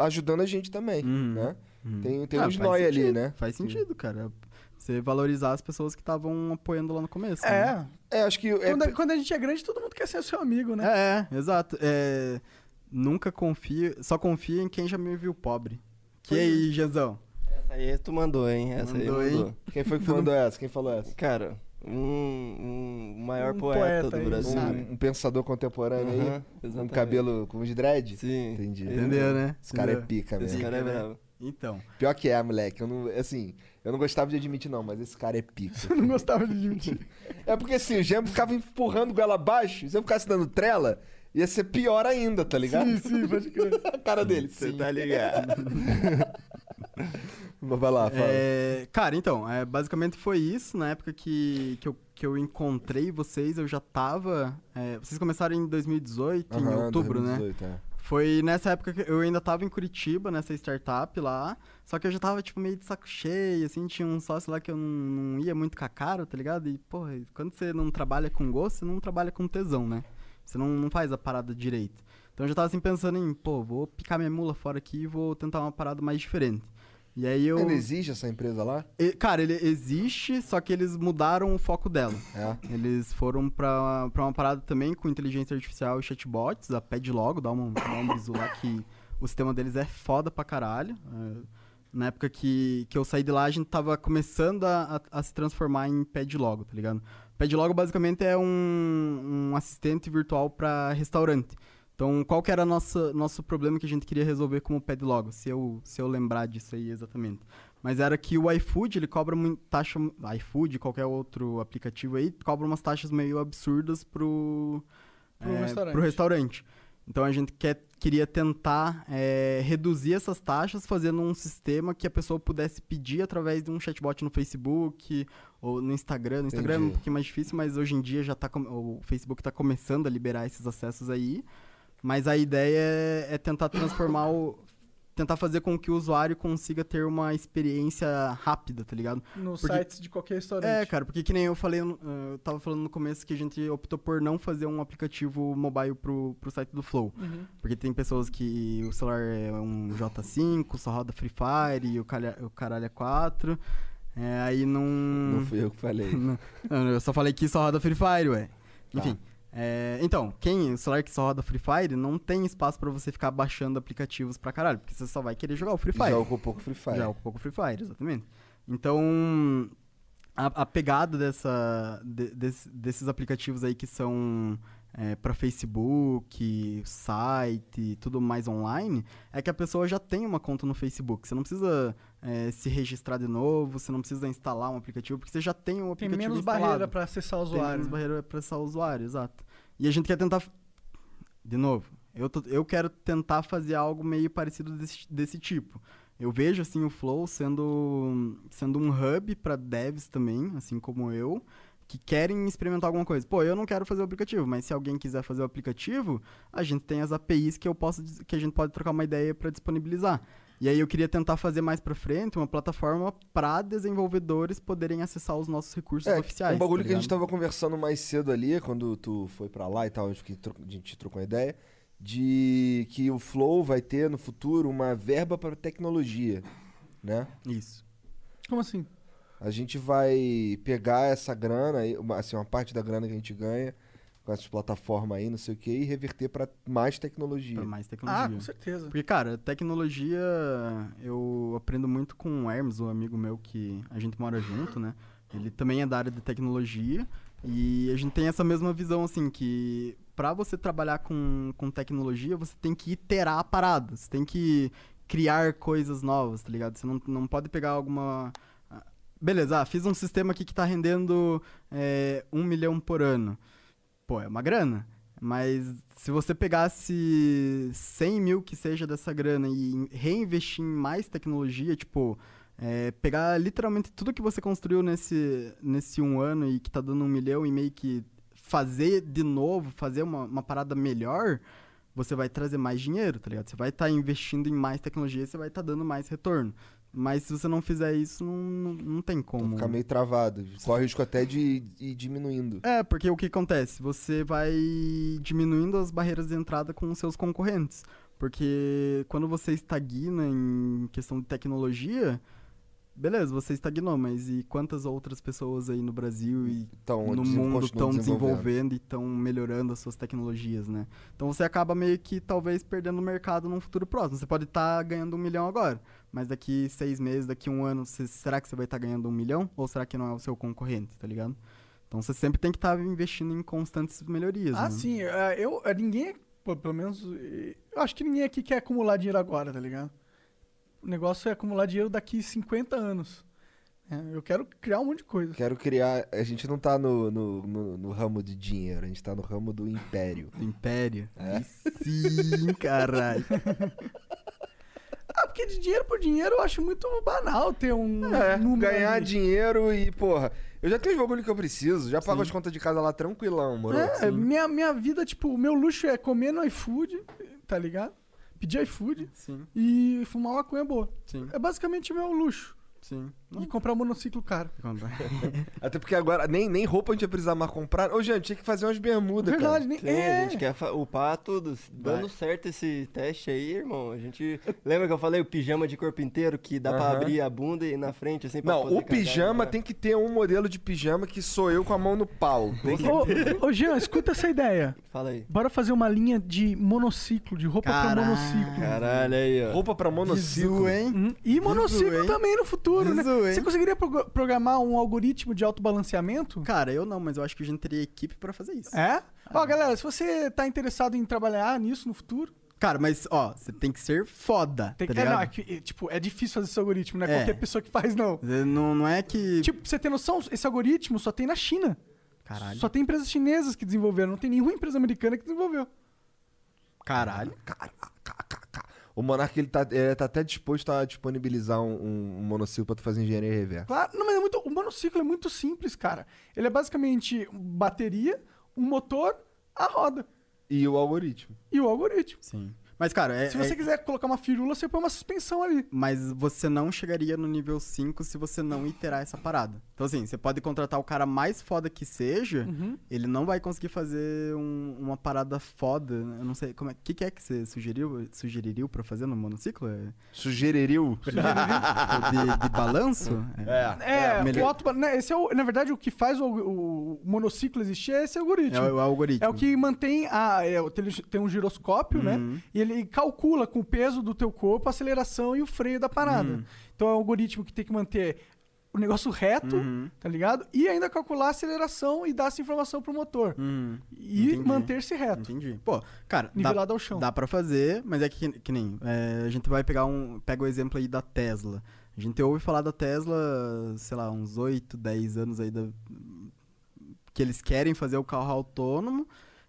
ajudando a gente também, Uhum. né? Tem, tem Ah, uns faz nóia ali, sentido, né? Faz sentido, cara. Você valorizar as pessoas que estavam apoiando lá no começo. É. né? É, acho que. Quando, a- quando a gente é grande, todo mundo quer ser seu amigo, né? É, é, exato. É, nunca confio, só confio em quem já me viu pobre. Que é. aí, Jezão? Essa aí tu mandou, hein? Essa Mandou, aí hein? mandou. Quem foi que mandou essa? Quem falou essa? Cara, um, um o maior Um poeta, poeta aí, do Brasil. sabe? Um pensador contemporâneo aí, Aham, com exatamente. cabelo com os dread? Sim. Entendi. Entendeu, né? É. Esse cara é Entendeu? pica mesmo. Esse cara é bravo. Então. Pior que é, moleque. Eu não, assim, eu não gostava de admitir, não, mas esse cara é pica. Você não gostava de admitir. é porque assim, o Gemo ficava empurrando goela abaixo. Se eu ficasse dando trela, ia ser pior ainda, tá ligado? Sim, sim, pode crer. A cara dele, você tá ligado. Vai lá, fala. É, cara, então, é, basicamente foi isso. Na época que, que, eu, que eu encontrei vocês, eu já tava. é, vocês começaram em 2018, em Aham, outubro, né? 2018, é. Foi nessa época que eu ainda tava em Curitiba, nessa startup lá. Só que eu já tava, tipo, meio de saco cheio, assim, tinha um sócio lá que eu não, não ia muito com a cara, tá ligado? E, porra, quando você não trabalha com gosto, você não trabalha com tesão, né? Você não, não faz a parada direito. Então eu já tava assim pensando em, pô, vou picar minha mula fora aqui e vou tentar uma parada mais diferente. E aí eu. Ainda existe essa empresa lá? E, Cara, ele existe, só que eles mudaram o foco dela. Eles foram pra, pra uma parada também com inteligência artificial e chatbots, a Pad logo, dá um, dá um bisu lá que o sistema deles é foda pra caralho. É, na época que, que eu saí de lá, a gente tava começando a, a- a se transformar em Pad logo, tá ligado? Pad logo basicamente é um, um assistente virtual pra restaurante. Então, qual que era nosso, nosso problema que a gente queria resolver como pede logo, se eu, se eu lembrar disso aí exatamente. Mas era que o iFood, ele cobra mui- taxa... iFood, qualquer outro aplicativo aí, cobra umas taxas meio absurdas pro... é, Pro restaurante. pro restaurante. Então, a gente quer, queria tentar é, reduzir essas taxas fazendo um sistema que a pessoa pudesse pedir através de um chatbot no Facebook ou no Instagram. No Instagram é um Entendi. pouquinho mais difícil, mas hoje em dia já tá... com- O Facebook tá começando a liberar esses acessos aí. Mas a ideia é, é tentar transformar o tentar fazer com que o usuário consiga ter uma experiência rápida, tá ligado? Nos Porque- sites de qualquer restaurante. É, cara, porque que nem eu falei, uh, eu tava falando no começo que a gente optou por não fazer um aplicativo mobile pro, pro site do Flow. Uhum. Porque tem pessoas que o celular é um J5, só roda Free Fire e o, calha, o caralho é 4. É, aí não. Hum. Não fui eu que falei. eu só falei que só roda Free Fire, ué. Tá. Enfim. é, então, quem o celular que só roda Free Fire não tem espaço pra você ficar baixando aplicativos pra caralho, porque você só vai querer jogar o Free Fire. Já ocupou com um Free Fire. Já ocupou com Free Fire, exatamente. Então, a, a pegada dessa, de- desse- desses aplicativos aí que são é, para Facebook, site, tudo mais online, é que a pessoa já tem uma conta no Facebook. Você não precisa é, se registrar de novo, você não precisa instalar um aplicativo, porque você já tem um Tem aplicativo menos instalado. barreira pra acessar o Tem usuário. menos barreira para acessar o usuário, exato. E a gente quer tentar... f- De novo, eu, tô- eu quero tentar fazer algo meio parecido desse, desse tipo. Eu vejo, assim, o Flow sendo, sendo um hub para devs também, assim como eu, que querem experimentar alguma coisa. Pô, eu não quero fazer o aplicativo, mas se alguém quiser fazer o aplicativo, a gente tem as APIs que eu posso dis- que a gente pode trocar uma ideia para disponibilizar. E aí eu queria tentar fazer mais para frente uma plataforma para desenvolvedores poderem acessar os nossos recursos oficiais. Um bagulho tá que a gente ligado? tava conversando mais cedo ali, quando tu foi pra lá e tal, a gente fiquei tro- a gente trocou uma ideia, de que o Flow vai ter no futuro uma verba pra tecnologia, né? Isso. Como assim? A gente vai pegar essa grana, aí, uma- assim, uma parte da grana que a gente ganha com essas plataformas aí, não sei o que, e reverter pra mais tecnologia. Pra mais tecnologia. Ah, com certeza. Porque, cara, tecnologia eu aprendo muito com o Hermes, um amigo meu que a gente mora junto, né? Ele também é da área de tecnologia e a gente tem essa mesma visão, assim, que pra você trabalhar com, com tecnologia, você tem que iterar a parada, você tem que criar coisas novas, tá ligado? Você não, não pode pegar alguma. ah, Beleza, ah, fiz um sistema aqui que tá rendendo é, um milhão por ano pô, é uma grana. Mas se você pegasse 100 mil que seja dessa grana e in- reinvestir em mais tecnologia, tipo, é, pegar literalmente tudo que você construiu nesse, nesse um ano e que tá dando um milhão e meio que fazer de novo, fazer uma, uma parada melhor, você vai trazer mais dinheiro, tá ligado? Você vai estar investindo em mais tecnologia, você vai estar dando mais retorno. Mas se você não fizer isso, não, não, não tem como. né? Ficar meio travado. Corre o risco até de de ir diminuindo. É, porque o que acontece? Você vai diminuindo as barreiras de entrada com os seus concorrentes. Porque quando você estagna em questão de tecnologia, beleza, você estagnou, mas e quantas outras pessoas aí no Brasil e Tão no Então, desen- mundo continuam estão desenvolvendo. desenvolvendo e estão melhorando as suas tecnologias, né? Então você acaba meio que talvez perdendo o mercado num futuro próximo. Você pode estar ganhando um milhão agora, mas daqui seis meses, daqui um ano, você- será que você vai estar ganhando um milhão? Ou será que não é o seu concorrente, tá ligado? Então você sempre tem que estar investindo em constantes melhorias. Ah, né? sim. é, Eu, é, ninguém, pô, pelo menos, é, eu acho que ninguém aqui quer acumular dinheiro agora, tá ligado? O negócio é acumular dinheiro daqui 50 anos. É, eu quero criar um monte de coisa. Quero criar. A gente não tá no, no, no- no ramo de dinheiro, a gente tá no ramo do império. Do império? É. Sim, caralho. Ah, porque de dinheiro por dinheiro eu acho muito banal ter um É, número ganhar ali. dinheiro e, porra, eu já tenho os bagulho que eu preciso, já pago as contas de casa lá tranquilão, moro? É, minha, minha vida, tipo, o meu luxo é comer no iFood, tá ligado? Pedir iFood Sim. e fumar uma maconha boa. Sim. É basicamente o meu luxo. Sim. E comprar um monociclo caro. Até porque agora nem, nem roupa a gente ia precisar mais comprar. Ô, gente, tinha que fazer umas bermudas, Verdade, cara. nem- Sim, a gente quer fa- upar tudo. S- Dando É. Vai. certo esse teste aí, irmão. A gente. Lembra que eu falei o pijama de corpo inteiro que dá pra Aham. abrir a bunda e na frente, assim, pra Não, poder o cagar né? e pijama entrar? tem que ter um modelo de pijama que sou eu com a mão no pau. Tem que... Ô, ô, Jean, escuta essa ideia. Fala aí. Bora fazer uma linha de monociclo, de roupa pra Caralho. monociclo. Caralho aí, ó. Roupa pra monociclo. Visu, hein? Hum, E monociclo hein? também no futuro, Visu, né? hein? Você conseguiria pro- programar um algoritmo de autobalanceamento? Cara, eu não, mas eu acho que a gente teria equipe pra fazer isso. É? Ó, galera, se você tá interessado em trabalhar nisso no futuro, Cara, mas, ó, você tem que ser foda, tem tá que. é, não, ligado? é que, é, tipo, é difícil fazer esse algoritmo, não é, É. qualquer pessoa que faz, não. Cê Não, não é que... Tipo, pra você ter noção, esse algoritmo só tem na China. Caralho. Só tem empresas chinesas que desenvolveram, não tem nenhuma empresa americana que desenvolveu. Caralho. O Monark, ele tá, é, tá até disposto a disponibilizar um, um- um monociclo pra tu fazer engenharia reversa. Claro, não, mas é muito. O monociclo é muito simples, cara. Ele é basicamente bateria, um motor, a roda E o algoritmo. e o algoritmo. Sim. Mas, cara, é. Se você é- quiser colocar uma firula, você põe uma suspensão ali. Mas você não chegaria no nível 5 se você não iterar essa parada. Então, assim, você pode contratar o cara mais foda que seja, Uhum. ele não vai conseguir fazer um- uma parada foda. né? Eu não sei, como é que, que é que você sugeriu, sugeriria pra fazer no monociclo? É- Sugeririu? de, de balanço? É, melhor- o auto, né, esse é o, na verdade, o que faz o, o monociclo existir é esse algoritmo. É o- o algoritmo. É o que mantém a. é, o- tem, tem um giroscópio, Uhum. né? E ele calcula com o peso do teu corpo a aceleração e o freio da parada. Uhum. Então é um algoritmo que tem que manter o negócio reto, Uhum. tá ligado? E ainda calcular a aceleração e dar essa informação pro motor. Hum. e entendi. manter-se reto. Entendi. Pô, cara, Nivelado dá, ao chão. dá pra fazer, mas é que, que nem. é, a gente vai pegar um. Pega o exemplo aí da Tesla. A gente ouve falar da Tesla, sei lá, uns 8, 10 anos aí da, que eles querem fazer o carro autônomo.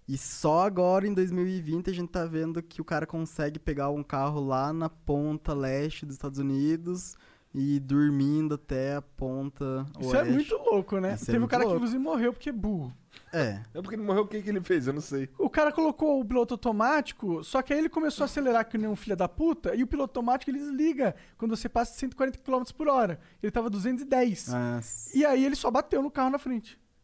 E só agora em 2020 a gente tá vendo que o cara consegue pegar um carro lá na ponta leste dos Estados Unidos e ir dormindo até a ponta Isso é oeste. muito louco, né? Isso é Teve um muito cara que louco. inclusive morreu porque é burro. É. É porque ele morreu, o que, que ele fez? Eu não sei. O cara colocou o piloto automático, só que aí ele começou a acelerar que nem um filho da puta, e o piloto automático ele desliga quando você passa 140 km por hora. Ele tava 210. Ah, E aí ele só bateu no carro na frente.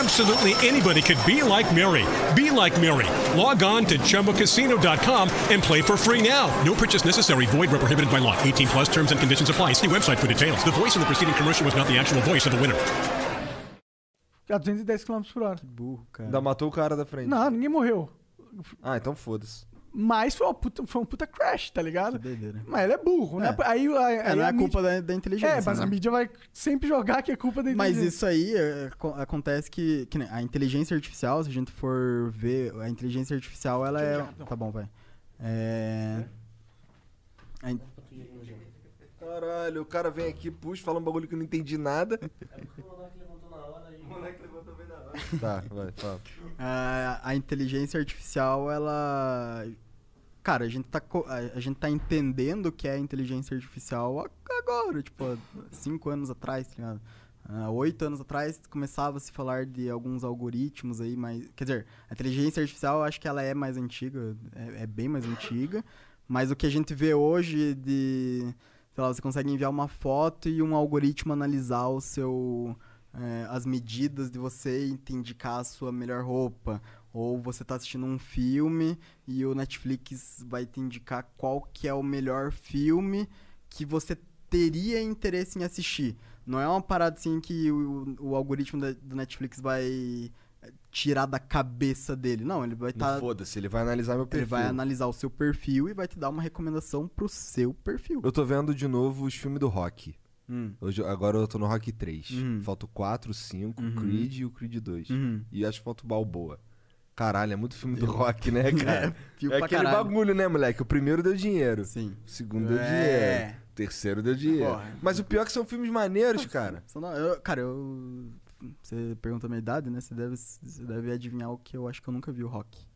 Absolutely anybody could be like Mary. Be like Mary. Log on to chumbacasino.com and play for free now. No purchase necessary. Void where prohibited by law. 18 plus terms and conditions apply. See website for details. The voice in the preceding commercial was not the actual voice of the winner. A 210 km por hora. Burro, cara. Ainda matou o cara da frente. Não, ninguém morreu. Ah, então foda-se. Mas foi, uma puta- foi um puta crash, tá ligado? Doideira. Mas ele é burro, né? É. Aí, aí- É, aí não é a mídia- culpa da, da inteligência. É, mas né? a mídia vai sempre jogar que é culpa da Mas inteligência. isso aí é, aco- acontece que, que nem a inteligência artificial, se a gente for ver, a inteligência artificial ela é. Tá bom, vai. É. a in- Caralho, o cara vem aqui, puxa, fala um bagulho que eu não entendi nada. Tá, vai, fala. a, a inteligência artificial, ela. Cara, a gente, tá, co- a, a gente tá entendendo o que é inteligência artificial a- agora, tipo, há cinco anos atrás, tá ligado? Há oito anos atrás começava a se falar de alguns algoritmos aí, mas. Quer dizer, a inteligência artificial eu acho que ela é mais antiga, é, é bem mais antiga, mas o que a gente vê hoje de. Sei lá, você consegue enviar uma foto e um algoritmo analisar o seu é, as medidas de você e te indicar a sua melhor roupa. Ou você tá assistindo um filme e o Netflix vai te indicar qual que é o melhor filme que você teria interesse em assistir. Não é uma parada assim que o, o algoritmo da- do Netflix vai é, tirar da cabeça dele. Não, ele vai Não estar. Foda-se, ele vai analisar meu Tá. ele perfil. vai analisar o seu perfil e vai te dar uma recomendação pro seu perfil. Eu tô vendo de novo os filmes do Rock. Hum. Hoje, agora eu tô no Rock 3. Hum. Falta o 4, 5, o Creed e o Creed 2. Uhum. E acho que falta o Balboa. Caralho, é muito filme do Rock, né, cara? fio É, pra aquele caralho. bagulho, né, moleque? O primeiro deu dinheiro. Sim. O segundo deu É. dinheiro. O terceiro deu dinheiro. Porra. Mas o pior é que são filmes maneiros, cara. Só não- eu- cara, eu. Você pergunta a minha idade, né? Você deve, você deve adivinhar o que eu acho que eu nunca vi o rock.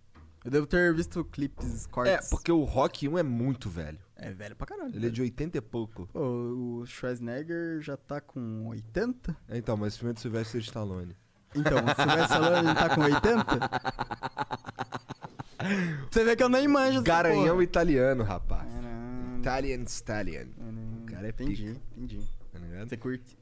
Eu devo ter visto clipes, cortes. É, porque o Rock 1 é muito velho. É velho pra caralho. Ele é de 80 e pouco. Pô, o Schwarzenegger já tá com 80? É, Então, mas o filme é do Sylvester Stallone. Então, o Sylvester Stallone tá com 80? Você vê que eu nem manjo dessa Garanhão porra. italiano, rapaz. Caralho. Italian Stallion. O cara é Entendi, pica, entendi. tá ligado? Você curte.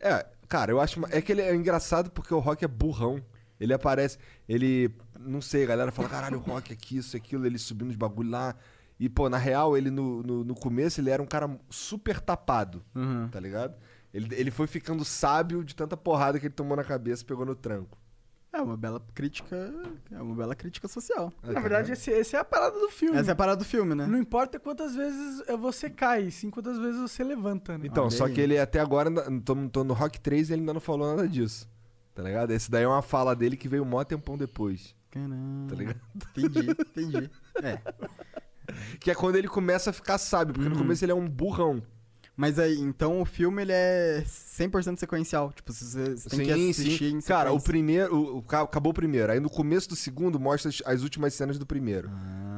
É, cara, eu acho. ma- É que ele é engraçado porque o Rock é burrão. Ele aparece, ele. Não sei, a galera fala, caralho, o Rock é aqui, isso, aquilo, ele subindo os bagulho lá. E, pô, na real, ele no, no, no começo ele era um cara super tapado, Uhum. tá ligado? Ele, ele foi ficando sábio de tanta porrada que ele tomou na cabeça e pegou no tranco. É uma bela crítica. É uma bela crítica social. Na verdade, esse- essa é a parada do filme. Essa é a parada do filme, né? Não importa quantas vezes eh, você cai, sim quantas vezes você levanta, né? Então, Olha só aí. que ele até agora, ainda- tô, tô no Rock 3 e ele ainda não falou nada disso. Tá ligado? Esse daí é uma fala dele que veio mó tempão depois. Caramba. Tá ligado? Entendi, entendi. É. Que é quando ele começa a ficar sábio, porque Hum. no começo ele é um burrão. Mas aí, então o filme ele é 100% sequencial. Tipo, se você, você tem que assistir em Cara, o sequência. primeiro. O, o ca- acabou o primeiro. Aí no começo do segundo mostra as, as últimas cenas do primeiro.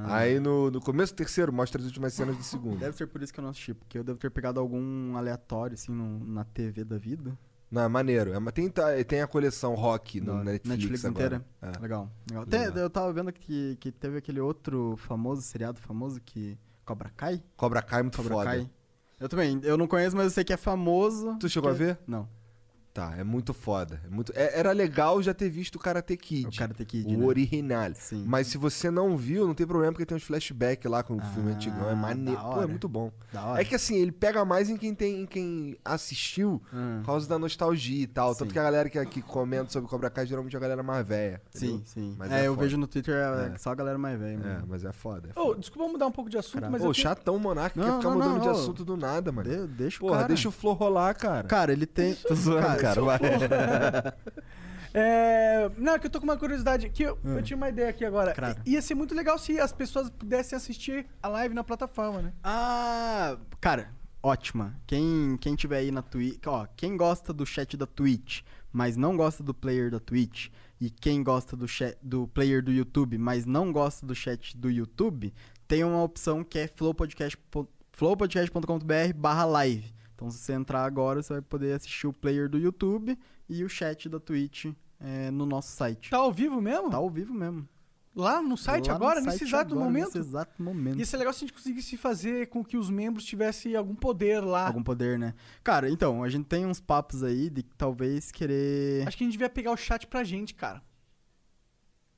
Aí no, no começo do terceiro mostra as últimas cenas do segundo. Ah. Deve ser por isso que eu não assisti, porque eu devo ter pegado algum aleatório, assim, no- na TV da vida. Não, é maneiro. É, mas tem, ta- tem a coleção rock no Da Netflix, Netflix agora. inteira. É. Legal. legal. Legal. Até eu tava vendo que, que teve aquele outro famoso, seriado famoso, que... Cobra Kai? Cobra Kai é muito Cobra foda. Kai. Eu também. Eu não conheço, mas eu sei que é famoso. Tu chegou que- a ver? Não. Tá, é muito foda. É muito... é- era legal já ter visto o Karate Kid. O Karate Kid, O né? original. Sim. Mas se você não viu, não tem problema, porque tem uns flashbacks lá com o filme Ah, antigão. É maneiro. da Pô, é hora. muito bom. Da hora. É que assim, ele pega mais em quem, tem, em quem assistiu Hum. por causa da nostalgia e tal. Tanto Sim. que a galera que, que comenta sobre Cobra Kai geralmente é a galera mais velha. Sim, entendeu? sim. Mas é, eu foda. vejo no Twitter é, É. só a galera mais velha. É, mano. mas é foda. É Ô, desculpa mudar um pouco de assunto, mas Pô, eu tenho- chatão o Monarca, quer Não, ficar não, mudando não, de ô. assunto do nada, mano. De- deixa o Porra, cara. deixa o Flow rolar, cara. Cara, ele tem... tipo, Tô zoando, cara, vai. É... Não, é que eu tô com uma curiosidade. Que eu, Ah. eu tinha uma ideia aqui agora. Claro. I- Ia ser muito legal se as pessoas pudessem assistir a live na plataforma, né? Ah, cara, ótima. Quem, quem tiver aí na Twitch, ó, quem gosta do chat da Twitch, mas não gosta do player da Twitch, e quem gosta do chat do player do YouTube, mas não gosta do chat do YouTube, tem uma opção que é flowpodcast po- flowpodcast.com.br barra live. Então se você entrar agora, você vai poder assistir o player do YouTube e o chat da Twitch é, no nosso site. Tá ao vivo mesmo? Tá ao vivo mesmo. Lá no site Lá no agora, nesse site exato agora, momento? Nesse exato momento. Ia ser legal se a gente conseguisse fazer com que os membros tivessem algum poder lá. Algum poder, né? Cara, então, a gente tem uns papos aí de que talvez querer. Acho que a gente devia pegar o chat pra gente, cara.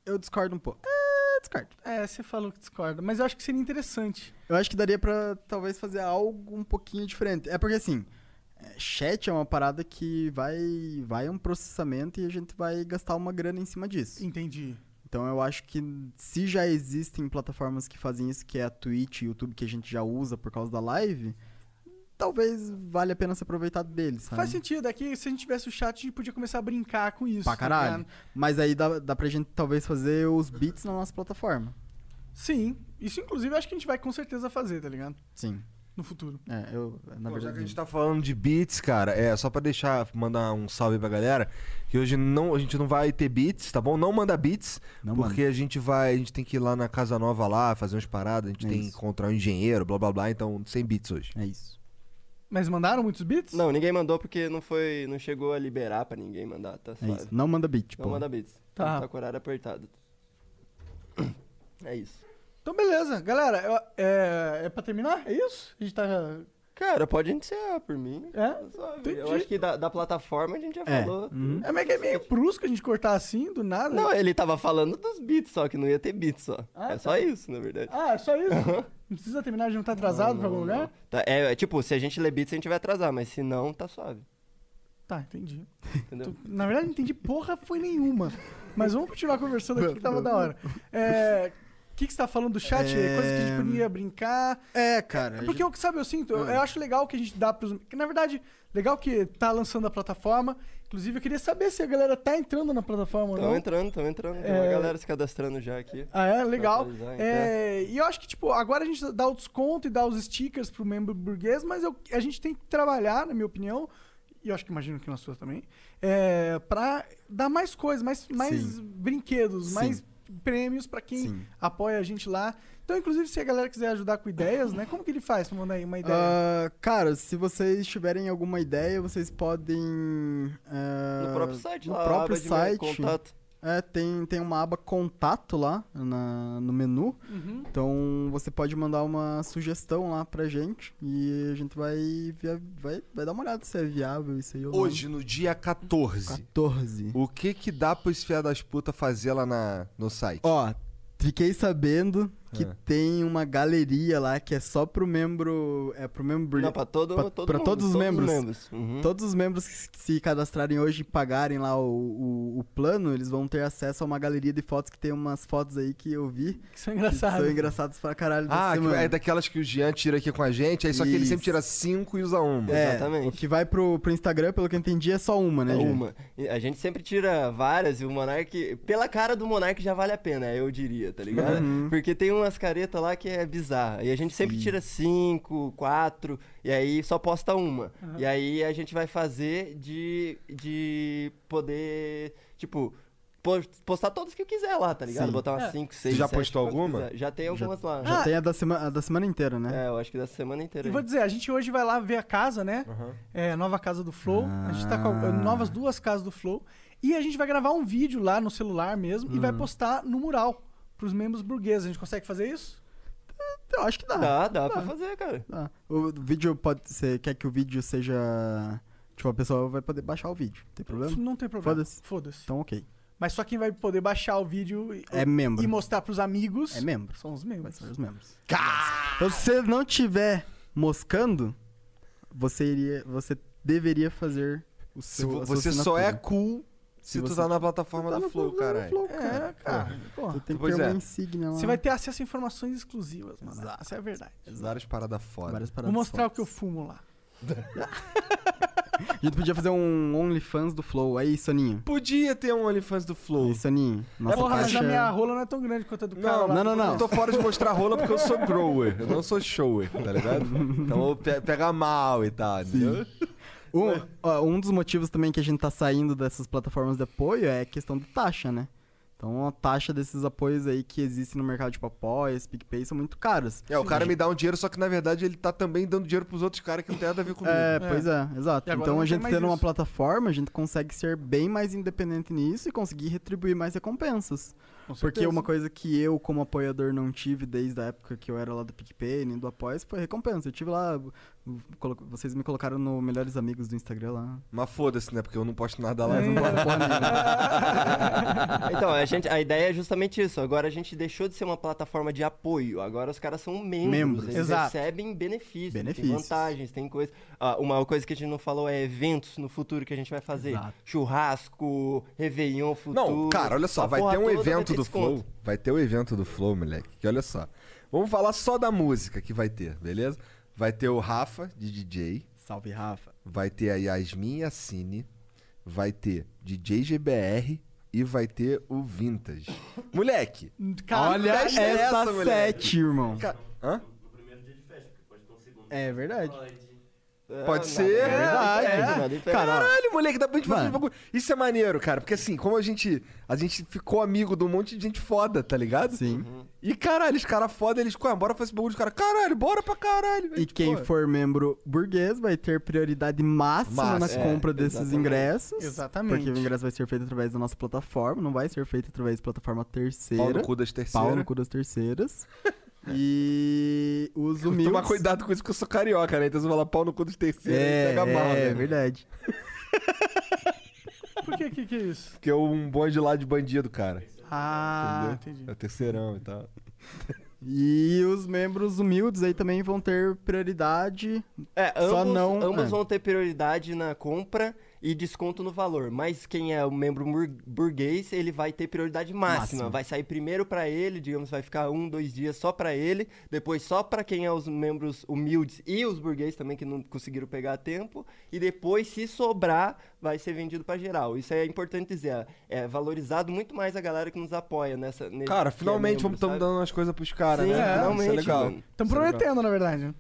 Eu discordo um pouco. É, discordo. É, você falou que discorda, mas eu acho que seria interessante. Eu acho que daria pra talvez fazer algo um pouquinho diferente. É porque assim, é, chat é uma parada que vai, vai um processamento e a gente vai gastar uma grana em cima disso. Entendi. Então eu acho que se já existem plataformas que fazem isso, que é a Twitch e YouTube que a gente já usa por causa da live, talvez valha a pena se aproveitar deles. Sabe? Faz sentido, é que se a gente tivesse o chat, a gente podia começar a brincar com isso. Pra tá caralho. ligado? Mas aí dá, dá pra gente talvez fazer os beats na nossa plataforma. Sim. Isso, inclusive, eu acho que a gente vai com certeza fazer, tá ligado? Sim. No futuro. É, eu, Pô, já que na a verdade. gente tá falando de beats, cara, é só pra deixar, mandar um salve pra galera, que hoje não, a gente não vai ter beats, tá bom? Não manda beats, Não porque a gente vai, a gente tem que ir lá na Casa Nova lá, fazer umas paradas, a gente É tem que isso. encontrar um engenheiro, blá blá blá, então sem beats hoje. É isso. Mas mandaram muitos bits? Não, ninguém mandou porque não foi. não chegou a liberar pra ninguém mandar, tá É suave. isso. Não manda beat, Não pô. manda bits. Tá. Tá com o horário apertado. É isso. Então, beleza. Galera, eu- é, é pra terminar? É isso? A gente tá... Cara, pode encerrar por mim. É? Tá suave. Entendi. Eu acho que da, da plataforma a gente já É. falou. Uhum. É meio que é meio brusco a gente cortar assim, do nada. Não, é- ele tava falando dos beats só, que não ia ter beats só. é só isso, na verdade. tá. Ah, é só isso? Não precisa terminar, a gente não tá atrasado pra algum lugar? Tá, é, é tipo, se a gente ler beats, a gente vai atrasar, mas se não, tá suave. Tá, entendi. Entendeu? Tô- Na verdade, não entendi porra foi nenhuma. Mas vamos continuar conversando aqui que tava da hora. É... O que, que você tá falando do chat? É... Coisa que a gente podia brincar. É, Ah. cara. Porque, eu, sabe, eu sinto, eu, eu acho legal que a gente dá pros. Que, na verdade, legal que tá lançando a plataforma. Inclusive, eu queria saber se a galera tá entrando na plataforma Tá ou Tão não. entrando, tão entrando. Tem uma É. galera se cadastrando já aqui. Ah, é? Legal. atualizar, É, então. e eu acho que, tipo, agora a gente dá o desconto e dá os stickers pro membro burguês, mas eu- a gente tem que trabalhar, na minha opinião, e eu acho que imagino que na sua também, é, pra dar mais coisas, mais, mais Sim. brinquedos, Sim. mais prêmios pra quem Sim. apoia a gente lá. Então, inclusive, se a galera quiser ajudar com ideias, né? Como que ele faz pra mandar aí uma ideia? Ah, cara, se vocês tiverem alguma ideia, vocês podem. ah, No próprio site no lá, a próprio aba de e-mail, site. contato. É, tem, tem uma aba contato lá na- no menu. Então você pode mandar uma sugestão lá pra gente e a gente vai, via- vai, vai dar uma olhada se é viável isso aí ou não. Hoje, no dia 14, 14. o que que dá pros fiar das putas fazer lá na, no site? Ó, fiquei sabendo que É. tem uma galeria lá que é só pro membro. É pro membro. Não, pra, todo, pra- todo pra mundo, todos os membros. Uhum. Todos os membros que se cadastrarem hoje e pagarem lá o, o- o plano, eles vão ter acesso a uma galeria de fotos que tem umas fotos aí que eu vi. Que são que engraçadas. São engraçadas pra caralho da Ah, que- semana. é daquelas que o Jean tira aqui com a gente, aí só que ele sempre Isso. tira cinco e usa uma. É, Exatamente. O que vai pro, pro Instagram, pelo que eu entendi, é só uma, né, É gente? uma. E A gente sempre tira várias e o Monark. Pela cara do Monark já vale a pena, eu diria, tá ligado? Porque tem umas caretas lá que é bizarra. E a gente sempre tira cinco, quatro, e aí só posta uma. E aí a gente vai fazer de. de poder. Tipo. po- postar todas que eu quiser lá, tá ligado? Botar umas 5, 6, já postou alguma? Já tem algumas lá. Já Ah, tem a da, sema- a da semana inteira, né? É, eu acho que da semana inteira. E vou aí. dizer, a gente hoje vai lá ver a casa, né? É, a nova casa do Flow. A gente tá com Ah. a- novas duas casas do Flow. E a gente vai gravar um vídeo lá no celular mesmo e Hum. vai postar no mural pros membros burgueses. A gente consegue fazer isso? Eu Então, acho que dá. Dá, dá pra fazer, cara. Dá. O vídeo pode. Você quer que o vídeo seja. Tipo, a pessoa vai poder baixar o vídeo. Tem problema? Não tem problema. Foda-se. Foda-se. Então, ok. Mas só quem vai poder baixar o vídeo e, É membro. e mostrar pros amigos É membro. são os Vai membros. ser os membros. Então, se você não tiver moscando, você iria. Você deveria fazer o Se seu. vo- a sua você só é assinatura. cool se, Se tu você- tá na plataforma Tá do no Flow, programa caralho. do Flow, cara. É, cara. Porra. Tu tem que Pois ter é. uma insígnia lá. Você vai ter acesso a informações exclusivas, mano. Essa é a verdade. Várias paradas fora. Várias paradas Vou mostrar o fodas. que eu fumo lá. A gente podia fazer um OnlyFans do Flow. Aí, Soninho. Podia ter um OnlyFans do Flow. Aí, Soninho. Nossa Porra, mas taxa... a minha rola não é tão grande quanto a do cara lá. não, não, não. Eu tô fora de mostrar rola porque eu sou grower. Eu não sou shower, tá ligado? Então eu vou pe- pegar mal e tal, entendeu? Um, ó, um dos motivos também que a gente tá saindo dessas plataformas de apoio é a questão de taxa, né? Então a taxa desses apoios aí que existem no mercado, tipo Apoias, PicPay, são muito caras. É, o cara me dá um dinheiro, só que na verdade ele tá também dando dinheiro pros outros caras que não tem nada a ver comigo. É, pois é, exato. E agora Então não a tem gente mais tendo uma isso. plataforma, a gente consegue ser bem mais independente nisso e conseguir retribuir mais recompensas. Porque uma coisa que eu, como apoiador, não tive desde a época que eu era lá do PicPay, nem do Apoias, foi recompensa. Eu tive lá, colo- vocês me colocaram no Melhores Amigos do Instagram lá. Mas foda-se, né? Porque eu não posto nada lá. Não gosto de porra nenhuma. Então, a, gente, a ideia é justamente isso. Agora a gente deixou de ser uma plataforma de apoio. Agora os caras são membros. Membros. Eles Exato. recebem benefícios, Tem Benefícios. vantagens, tem coisa. Ah, uma coisa que a gente não falou é eventos no futuro que a gente vai fazer. Churrasco, Réveillon futuro. Não, cara, olha só, A vai porra ter um toda vai evento ter do desconto. Flow. Vai ter o evento do Flow, moleque. Que olha só. Vamos falar só da música que vai ter, beleza? Vai ter o Rafa, de DJ. Salve, Rafa. Vai ter a Yasmin Yassine. Vai ter DJ GBR. E vai ter o Vintage. Moleque! Cara, Olha festa essa, é essa, moleque? sete, irmão. ca- Hã? No primeiro dia de festa, porque pode ter um segundo. É verdade. É, Pode ser. é, verdade. Então, Cara, Caralho, moleque, dá pra gente fazer um Mano. bagulho. Isso é maneiro, cara, porque assim, como a gente a gente ficou amigo de um monte de gente foda, tá ligado? Sim. E caralho, os caras foda, eles, "Ué, bora fazer esse bagulho, os caras, caralho, bora pra É caralho. tipo, Tipo, E quem foi? for membro burguês vai ter prioridade máxima na Máxima, é, compra desses ingressos. Exatamente. Porque o ingresso vai ser feito através da nossa plataforma, não vai ser feito através de plataforma terceira. Pau no cu das Pau terceiras. no cu das terceiras. e os humildes... Tomar cuidado com isso, que eu sou carioca, né? Então você fala pau no cu dos terceiros e É, pega mal, é, né? verdade. por que, que que é isso? Porque é um bonde lá de bandido, cara. Ah, entendi. É o terceirão e tal. E os membros humildes aí também vão ter prioridade. É, ambos, Só não- ambos é. vão ter prioridade na compra e desconto no valor. Mas quem é o membro mur- burguês, ele vai ter prioridade máxima. Máxima. Vai sair primeiro pra ele, digamos, vai ficar um, dois dias só pra ele. Depois só pra quem é os membros humildes e os burguês também que não conseguiram pegar a tempo. E depois, se sobrar, vai ser vendido pra geral. Isso aí é importante dizer. É valorizado muito mais a galera que nos apoia nessa. nesse- Cara, que é finalmente membro, vamos sabe? estamos dando umas coisas pros caras, Sim, né? é, Isso finalmente, legal. mano. Estão prometendo, na verdade.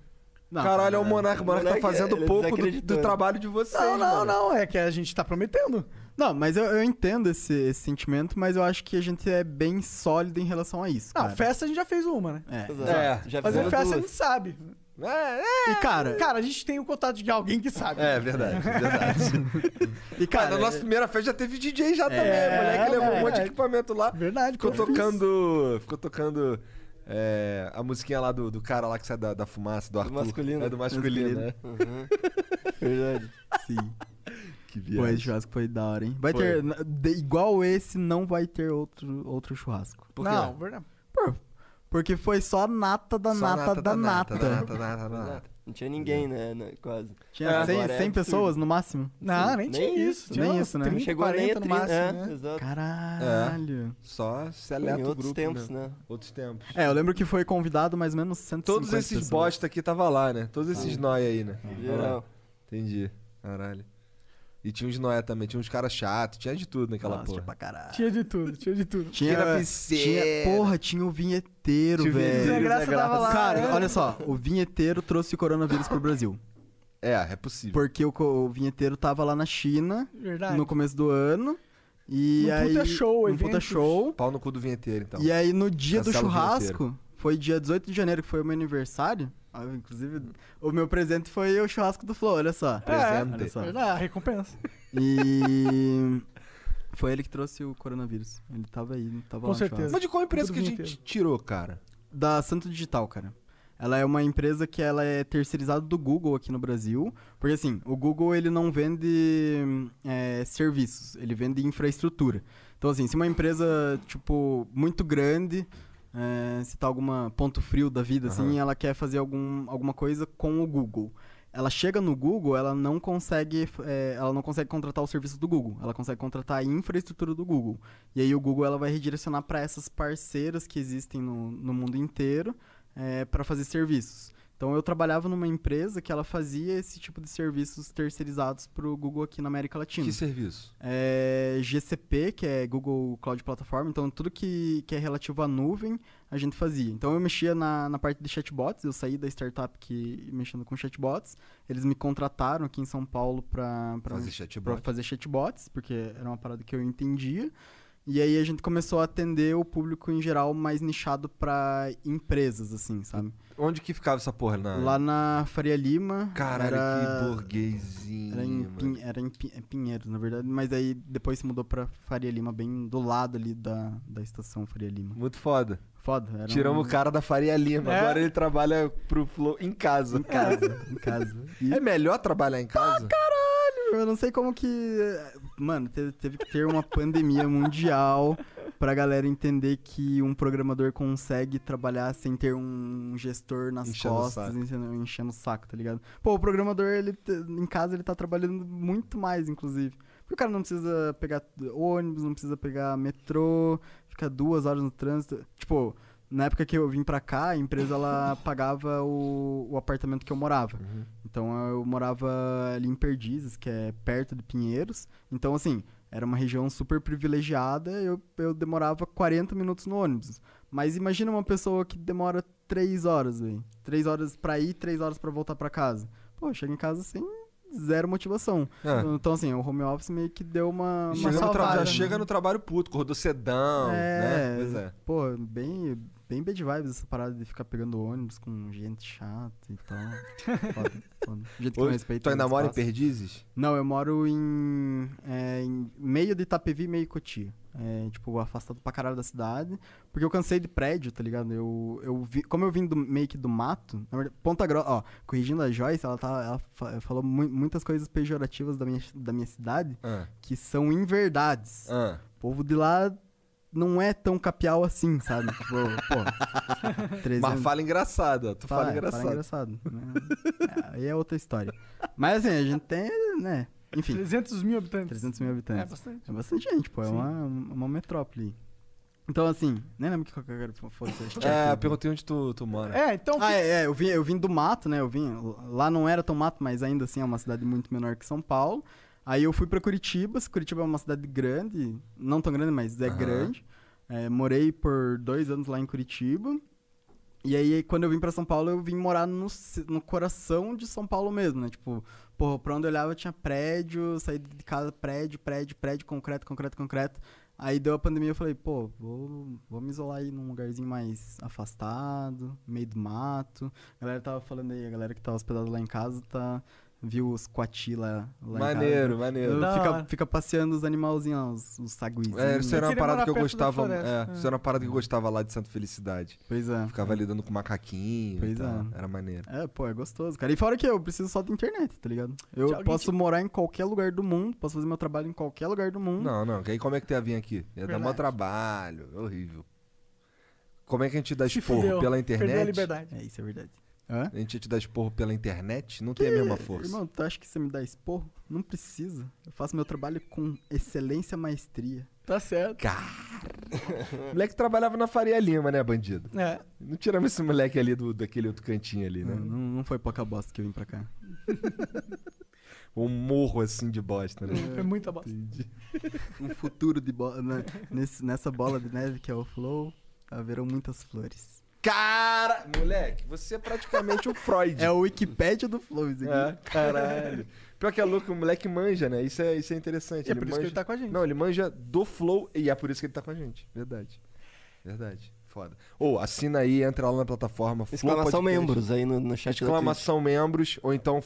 Não, Caralho, é o cara, Monarca. O Monarca tá Monarca, fazendo ele pouco do, desacreditou. do trabalho de vocês, Não, não, mano. não. É que a gente tá prometendo. Não, mas eu, eu entendo esse, esse sentimento, mas eu acho que a gente é bem sólido em relação a isso. Não, cara. festa a gente já fez uma, né? É. Exato. Já Fazer fizemos festa a gente duas. sabe. É, E cara, Cara, a gente tem o contato de alguém que sabe. é. é verdade, é verdade. e Cara, cara, é. na nossa primeira festa já teve DJ já também. moleque levou um monte de equipamento lá. é Verdade, Ficou cara. tocando. Ficou tocando. é, a musiquinha lá do, do cara lá que sai da, da fumaça, do Arthur. masculino. É do masculino, né? Uhum. Verdade. sim. Que Pô, esse viagem. churrasco foi da hora, hein? Vai Foi. ter. na- de- igual esse, não vai ter outro, outro churrasco. Por quê? Não, verdade. Por- porque foi só nata da Só é nata, da nata. da nata, da nata, da nata. Não tinha ninguém, né? né, Quase. Tinha É. 100, Agora é 100 absurdo. pessoas né, no máximo. Não, nem, nem tinha isso, isso. Tinha nem uns isso, né? 30, Não chegou 40 nem a no 30, máximo, é, né? exato. Caralho. Só seleta Em o outros grupo, tempos, né? né? Outros tempos. É, eu lembro que foi convidado mais ou menos 150 Todos esses pessoas. bosta aqui tava lá, né? Todos esses nóia aí, né? Geral. Entendi. Caralho. E tinha uns noia também, tinha uns caras chatos, tinha de tudo naquela Nossa, porra. pra caralho. Tinha de tudo, tinha de tudo. Tinha, Tinha tinha, piseiro. porra, tinha o vinheteiro, Tinha o velho. vinheteiro, Zé Graça Zé Graça. tava lá. Cara, né? olha só, o vinheteiro trouxe o coronavírus pro Brasil. É, é possível. Porque o, co- o vinheteiro tava lá na China Verdade. no começo do ano. E Num aí, puta show, num puta eventos. show. Pau no cu do vinheteiro, então. E é aí, no dia Cancela o do vinheteiro. churrasco, foi dia 18 de janeiro, que foi o meu aniversário. Ah, inclusive, o meu presente foi o churrasco do Flow, olha só. É, Presente. Olha só. Ah, recompensa. E foi ele que trouxe o coronavírus. Ele tava aí, não tava Com lá no certeza. churrasco. Mas de qual empresa Do que a vinheteiro. gente tirou, cara? Da Santo Digital, cara. Ela é uma empresa que ela é terceirizada do Google aqui no Brasil. Porque assim, o Google ele não vende é, serviços, ele vende infraestrutura. Então assim, se uma empresa, tipo, muito grande, é, se tá alguma ponto frio da vida, assim, ela quer fazer algum, alguma coisa com o Google. Ela chega no Google, ela não consegue, é, ela não consegue contratar o serviço do Google. Ela consegue contratar a infraestrutura do Google. E aí o Google ela vai redirecionar para essas parceiras que existem no, no mundo inteiro para fazer serviços. Então eu trabalhava numa empresa que ela fazia esse tipo de serviços terceirizados para o Google aqui na América Latina. Que serviço? É GCP, que é Google Cloud Platform, então tudo que, que é relativo à nuvem a gente fazia. Então eu mexia na, na parte de chatbots, eu saí da startup que mexendo com chatbots, eles me contrataram aqui em São Paulo para Fazer para chatbot. fazer chatbots, porque era uma parada que eu entendia. E aí a gente começou a atender o público em geral mais nichado para empresas, assim, sabe? Onde que ficava essa porra? Na... Lá na Faria Lima. Caralho, era... que burguesinho. Era em, mano. Pin- era em Pin- é Pinheiros, na verdade, mas aí depois se mudou pra Faria Lima, bem do lado ali da, da estação Faria Lima. Muito foda. Foda, era Tiramos um... o cara da Faria Lima. É. Agora ele trabalha pro Flow em casa. em casa, em casa. E, É melhor trabalhar em casa? eu não sei como que... Mano, teve, teve que ter uma pandemia mundial pra galera entender que um programador consegue trabalhar sem ter um gestor nas Enchendo o costas, saco. enchendo, enchendo o saco, tá ligado? Pô, o programador, ele, t- em casa, ele tá trabalhando muito mais, inclusive. Porque o cara não precisa pegar ônibus, não precisa pegar metrô, fica duas horas no trânsito. Tipo, na época que eu vim pra cá, a empresa ela pagava o, o apartamento que eu morava. Então eu morava ali em Perdizes, que é perto de Pinheiros. Então, assim, era uma região super privilegiada, eu, eu demorava 40 minutos no ônibus. Mas imagina uma pessoa que demora 3 horas, velho. 3 horas pra ir, 3 horas pra voltar pra casa. Pô, chega em casa sem zero motivação. É. Então, assim, o home office meio que deu uma. uma Chega no tra- salvada, já né? chega no trabalho puto, acordou sedão, né? Pois é. Pô, bem, bem bad vibes essa parada de ficar pegando ônibus com gente chata e tal. Foda, foda. Gente que não Hoje, respeita tu ainda o mora em espaço. Perdizes? Não, eu moro em, é, em meio de Itapevi, meio Cotia. É, tipo, afastado pra caralho da cidade. Porque eu cansei de prédio, tá ligado? Eu, eu vi- como eu vim do, meio que do mato, na verdade, Ponta Grossa, ó, corrigindo a Joyce, ela, tá, ela fa- falou mu- muitas coisas pejorativas da minha, da minha cidade Ah, que são inverdades. ah. O povo de lá não é tão capial assim, sabe? Tipo, pô, 300... Mas fala engraçado, ó. Tu fala, engraçado. Fala engraçado. né? É, Aí é outra história. Mas assim, a gente tem, né? Enfim, 300 mil habitantes. 300 mil É habitantes. bastante. É bastante gente, pô. É Sim. uma, uma metrópole. Então, assim, nem lembro o que eu quero foda É, eu perguntei onde tu, tu mora. É, então. né? Ah, é, é, eu vim, eu vim do mato, né? Eu vim. Lá não era tão mato, mas ainda assim é uma cidade muito menor que São Paulo. Aí eu fui pra Curitiba. Curitiba é uma cidade grande, não tão grande, mas é Aham. grande. É, morei por dois anos lá em Curitiba. E aí, quando eu vim pra São Paulo, eu vim morar no, ce- no coração de São Paulo mesmo, né? Tipo, porra, pra onde eu olhava tinha prédio, saí de casa, prédio, prédio, prédio, concreto, concreto, concreto. Aí deu a pandemia, eu falei, pô, vou, vou me isolar aí num lugarzinho mais afastado, meio do mato. A galera tava falando aí, a galera que tá hospedada lá em casa tá. Viu os coati lá, lá maneiro, em maneiro. casa. Da Fica, hora. fica passeando os animalzinhos, lá, os, os saguizinhos. É, isso era Eu uma queria parada morar que eu perto da gostava. floresta. Uhum. É, isso era uma parada que eu gostava lá de Santa Felicidade. Pois é. Ficava lidando com macaquinho. Pois e tal. é. Era maneiro. É, pô, é gostoso, cara. E fora que eu preciso só da internet, tá ligado? Se Eu alguém posso te- morar em qualquer lugar do mundo, posso fazer meu trabalho em qualquer lugar do mundo. Não, não. que Aí como é que tu ia vir aqui? Ia dar maior Verdade. trabalho. é Horrível. Como é que a gente dá se esporro? fudeu, Pela Perdeu a internet? liberdade. É, isso é verdade. Hã? A gente ia te dar esporro pela internet? Não tem a mesma força. Irmão, tu acha que você me dá esporro? Não precisa. Eu faço meu trabalho com excelência e maestria. Tá certo. Moleque trabalhava na Faria Lima, né, bandido? É. Não tiramos esse moleque ali do, daquele outro cantinho ali, né? Não, não, não foi pouca bosta que eu vim pra cá. Um morro assim de bosta, né? É muita bosta. Um futuro de bola. né, nessa bola de neve que é o Flow, haverão muitas flores. Cara, moleque, você é praticamente o Freud. É o Wikipédia do Flow, isso aqui. É, caralho. Pior que é louco, o moleque manja, né? Isso é, isso é interessante. E é por isso que manja- ele tá com a gente. Não, ele manja do flow e é por isso que ele tá com a gente. Verdade. Verdade. Foda. Ou assina aí, entra lá na plataforma. Flow Exclamação Podcast. membros aí no, no chat da Exclamação membros, ou então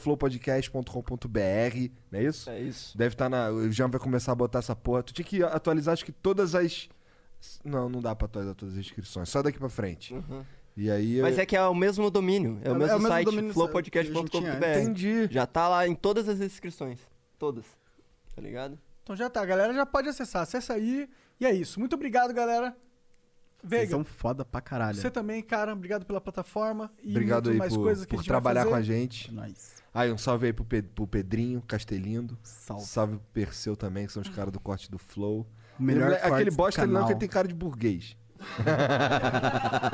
flowpodcast.com.br, não é isso? É isso. Deve estar na. O Jean vai começar a botar essa porra. Tu tinha que atualizar, acho que todas as. Não, não dá pra atualizar todas as inscrições. Só daqui pra frente. E aí. Twitch. Uhum. Mas é que é o mesmo domínio, é o É- mesmo, é o mesmo domínio site, que a gente tinha flowpodcast.com.br. antes. Entendi. Já tá lá em todas as inscrições. Todas. Tá ligado? Então já tá, a galera já pode acessar. Acessa aí. E é isso. Muito obrigado, galera. Vocês Veiga, são foda pra caralho. tá- você também, cara. Obrigado pela plataforma. E Obrigado muito aí mais por, coisas que por a gente vai trabalhar com a fazer. gente. Nice. Aí, um salve aí pro, Pe- pro Pedrinho Castelindo. Salve. Salve pro Perseu também, que são os caras do corte do Flow. Melhor Ele- é aquele corte do bosta ele não, canal. que ele tem cara de burguês.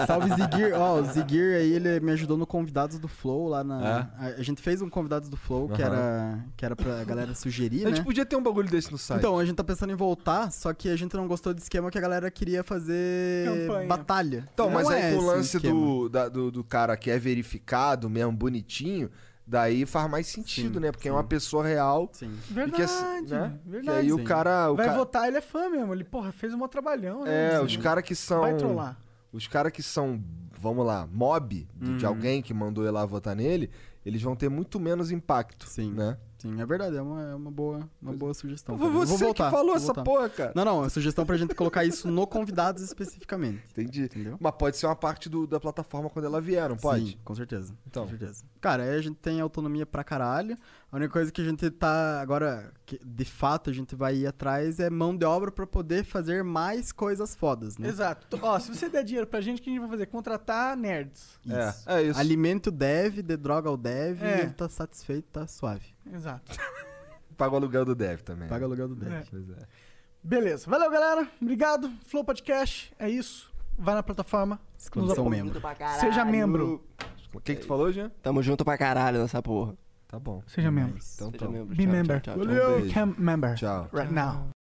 Salve Zigir. Ó, o Zigir aí, ele me ajudou no Convidados do Flow lá na. A, a gente fez um Convidados do Flow que, É? Aham. era, que era pra galera sugerir, A né? gente podia ter um bagulho desse no site. Então, a gente tá pensando em voltar, só que a gente não gostou do esquema que a galera queria fazer Campanha. batalha. Então, Não mas é aí com o esse lance esquema. do, da- do, do cara que é verificado mesmo, bonitinho, daí faz mais sentido, Sim, né? Porque é uma pessoa real. Sim. e que assim, Verdade, né? verdade. Que aí o Sim. cara. O Vai ca- votar, ele é fã mesmo. Ele, porra, fez um maior trabalhão. né? É, os caras que são. Vai trollar. Os caras que são, vamos lá, mob Uhum. de, de alguém que mandou ele lá votar nele, eles vão ter muito menos impacto. Sim. Né? Sim, é verdade, é uma, é uma boa, uma boa sugestão. Foi cara. Eu você vou voltar, que falou vou essa voltar. porra, cara. Não, não, é sugestão pra gente colocar isso no Convidados especificamente. Entendi. Entendeu? Mas pode ser uma parte do- da plataforma quando ela vier, não pode? Sim, com certeza. Então. Com certeza. Cara, aí a gente tem autonomia pra caralho. A única coisa que a gente tá agora, que de fato a gente vai ir atrás é mão de obra pra poder fazer mais coisas fodas, né? Exato. Então, Ó, se você der dinheiro pra gente, o que a gente vai fazer? Contratar nerds. Isso. É, é isso. Alimenta o dev, dê droga ao dev É. e ele tá satisfeito, tá suave. Exato. Paga o aluguel do dev também. Paga o aluguel do dev. É. Pois é. Beleza. Valeu, galera. Obrigado. Flow Podcast. É isso. Vai na plataforma. Exclamação apoia. membro. Seja membro. O que, que tu falou, Jean? Tamo junto pra caralho nessa porra. Tá bom. Seja membro. Hum. Então Seja tá. membro. Be Tchau, member. tchau, tchau, tchau. Valeu. Become member. Um Tchau. Right now.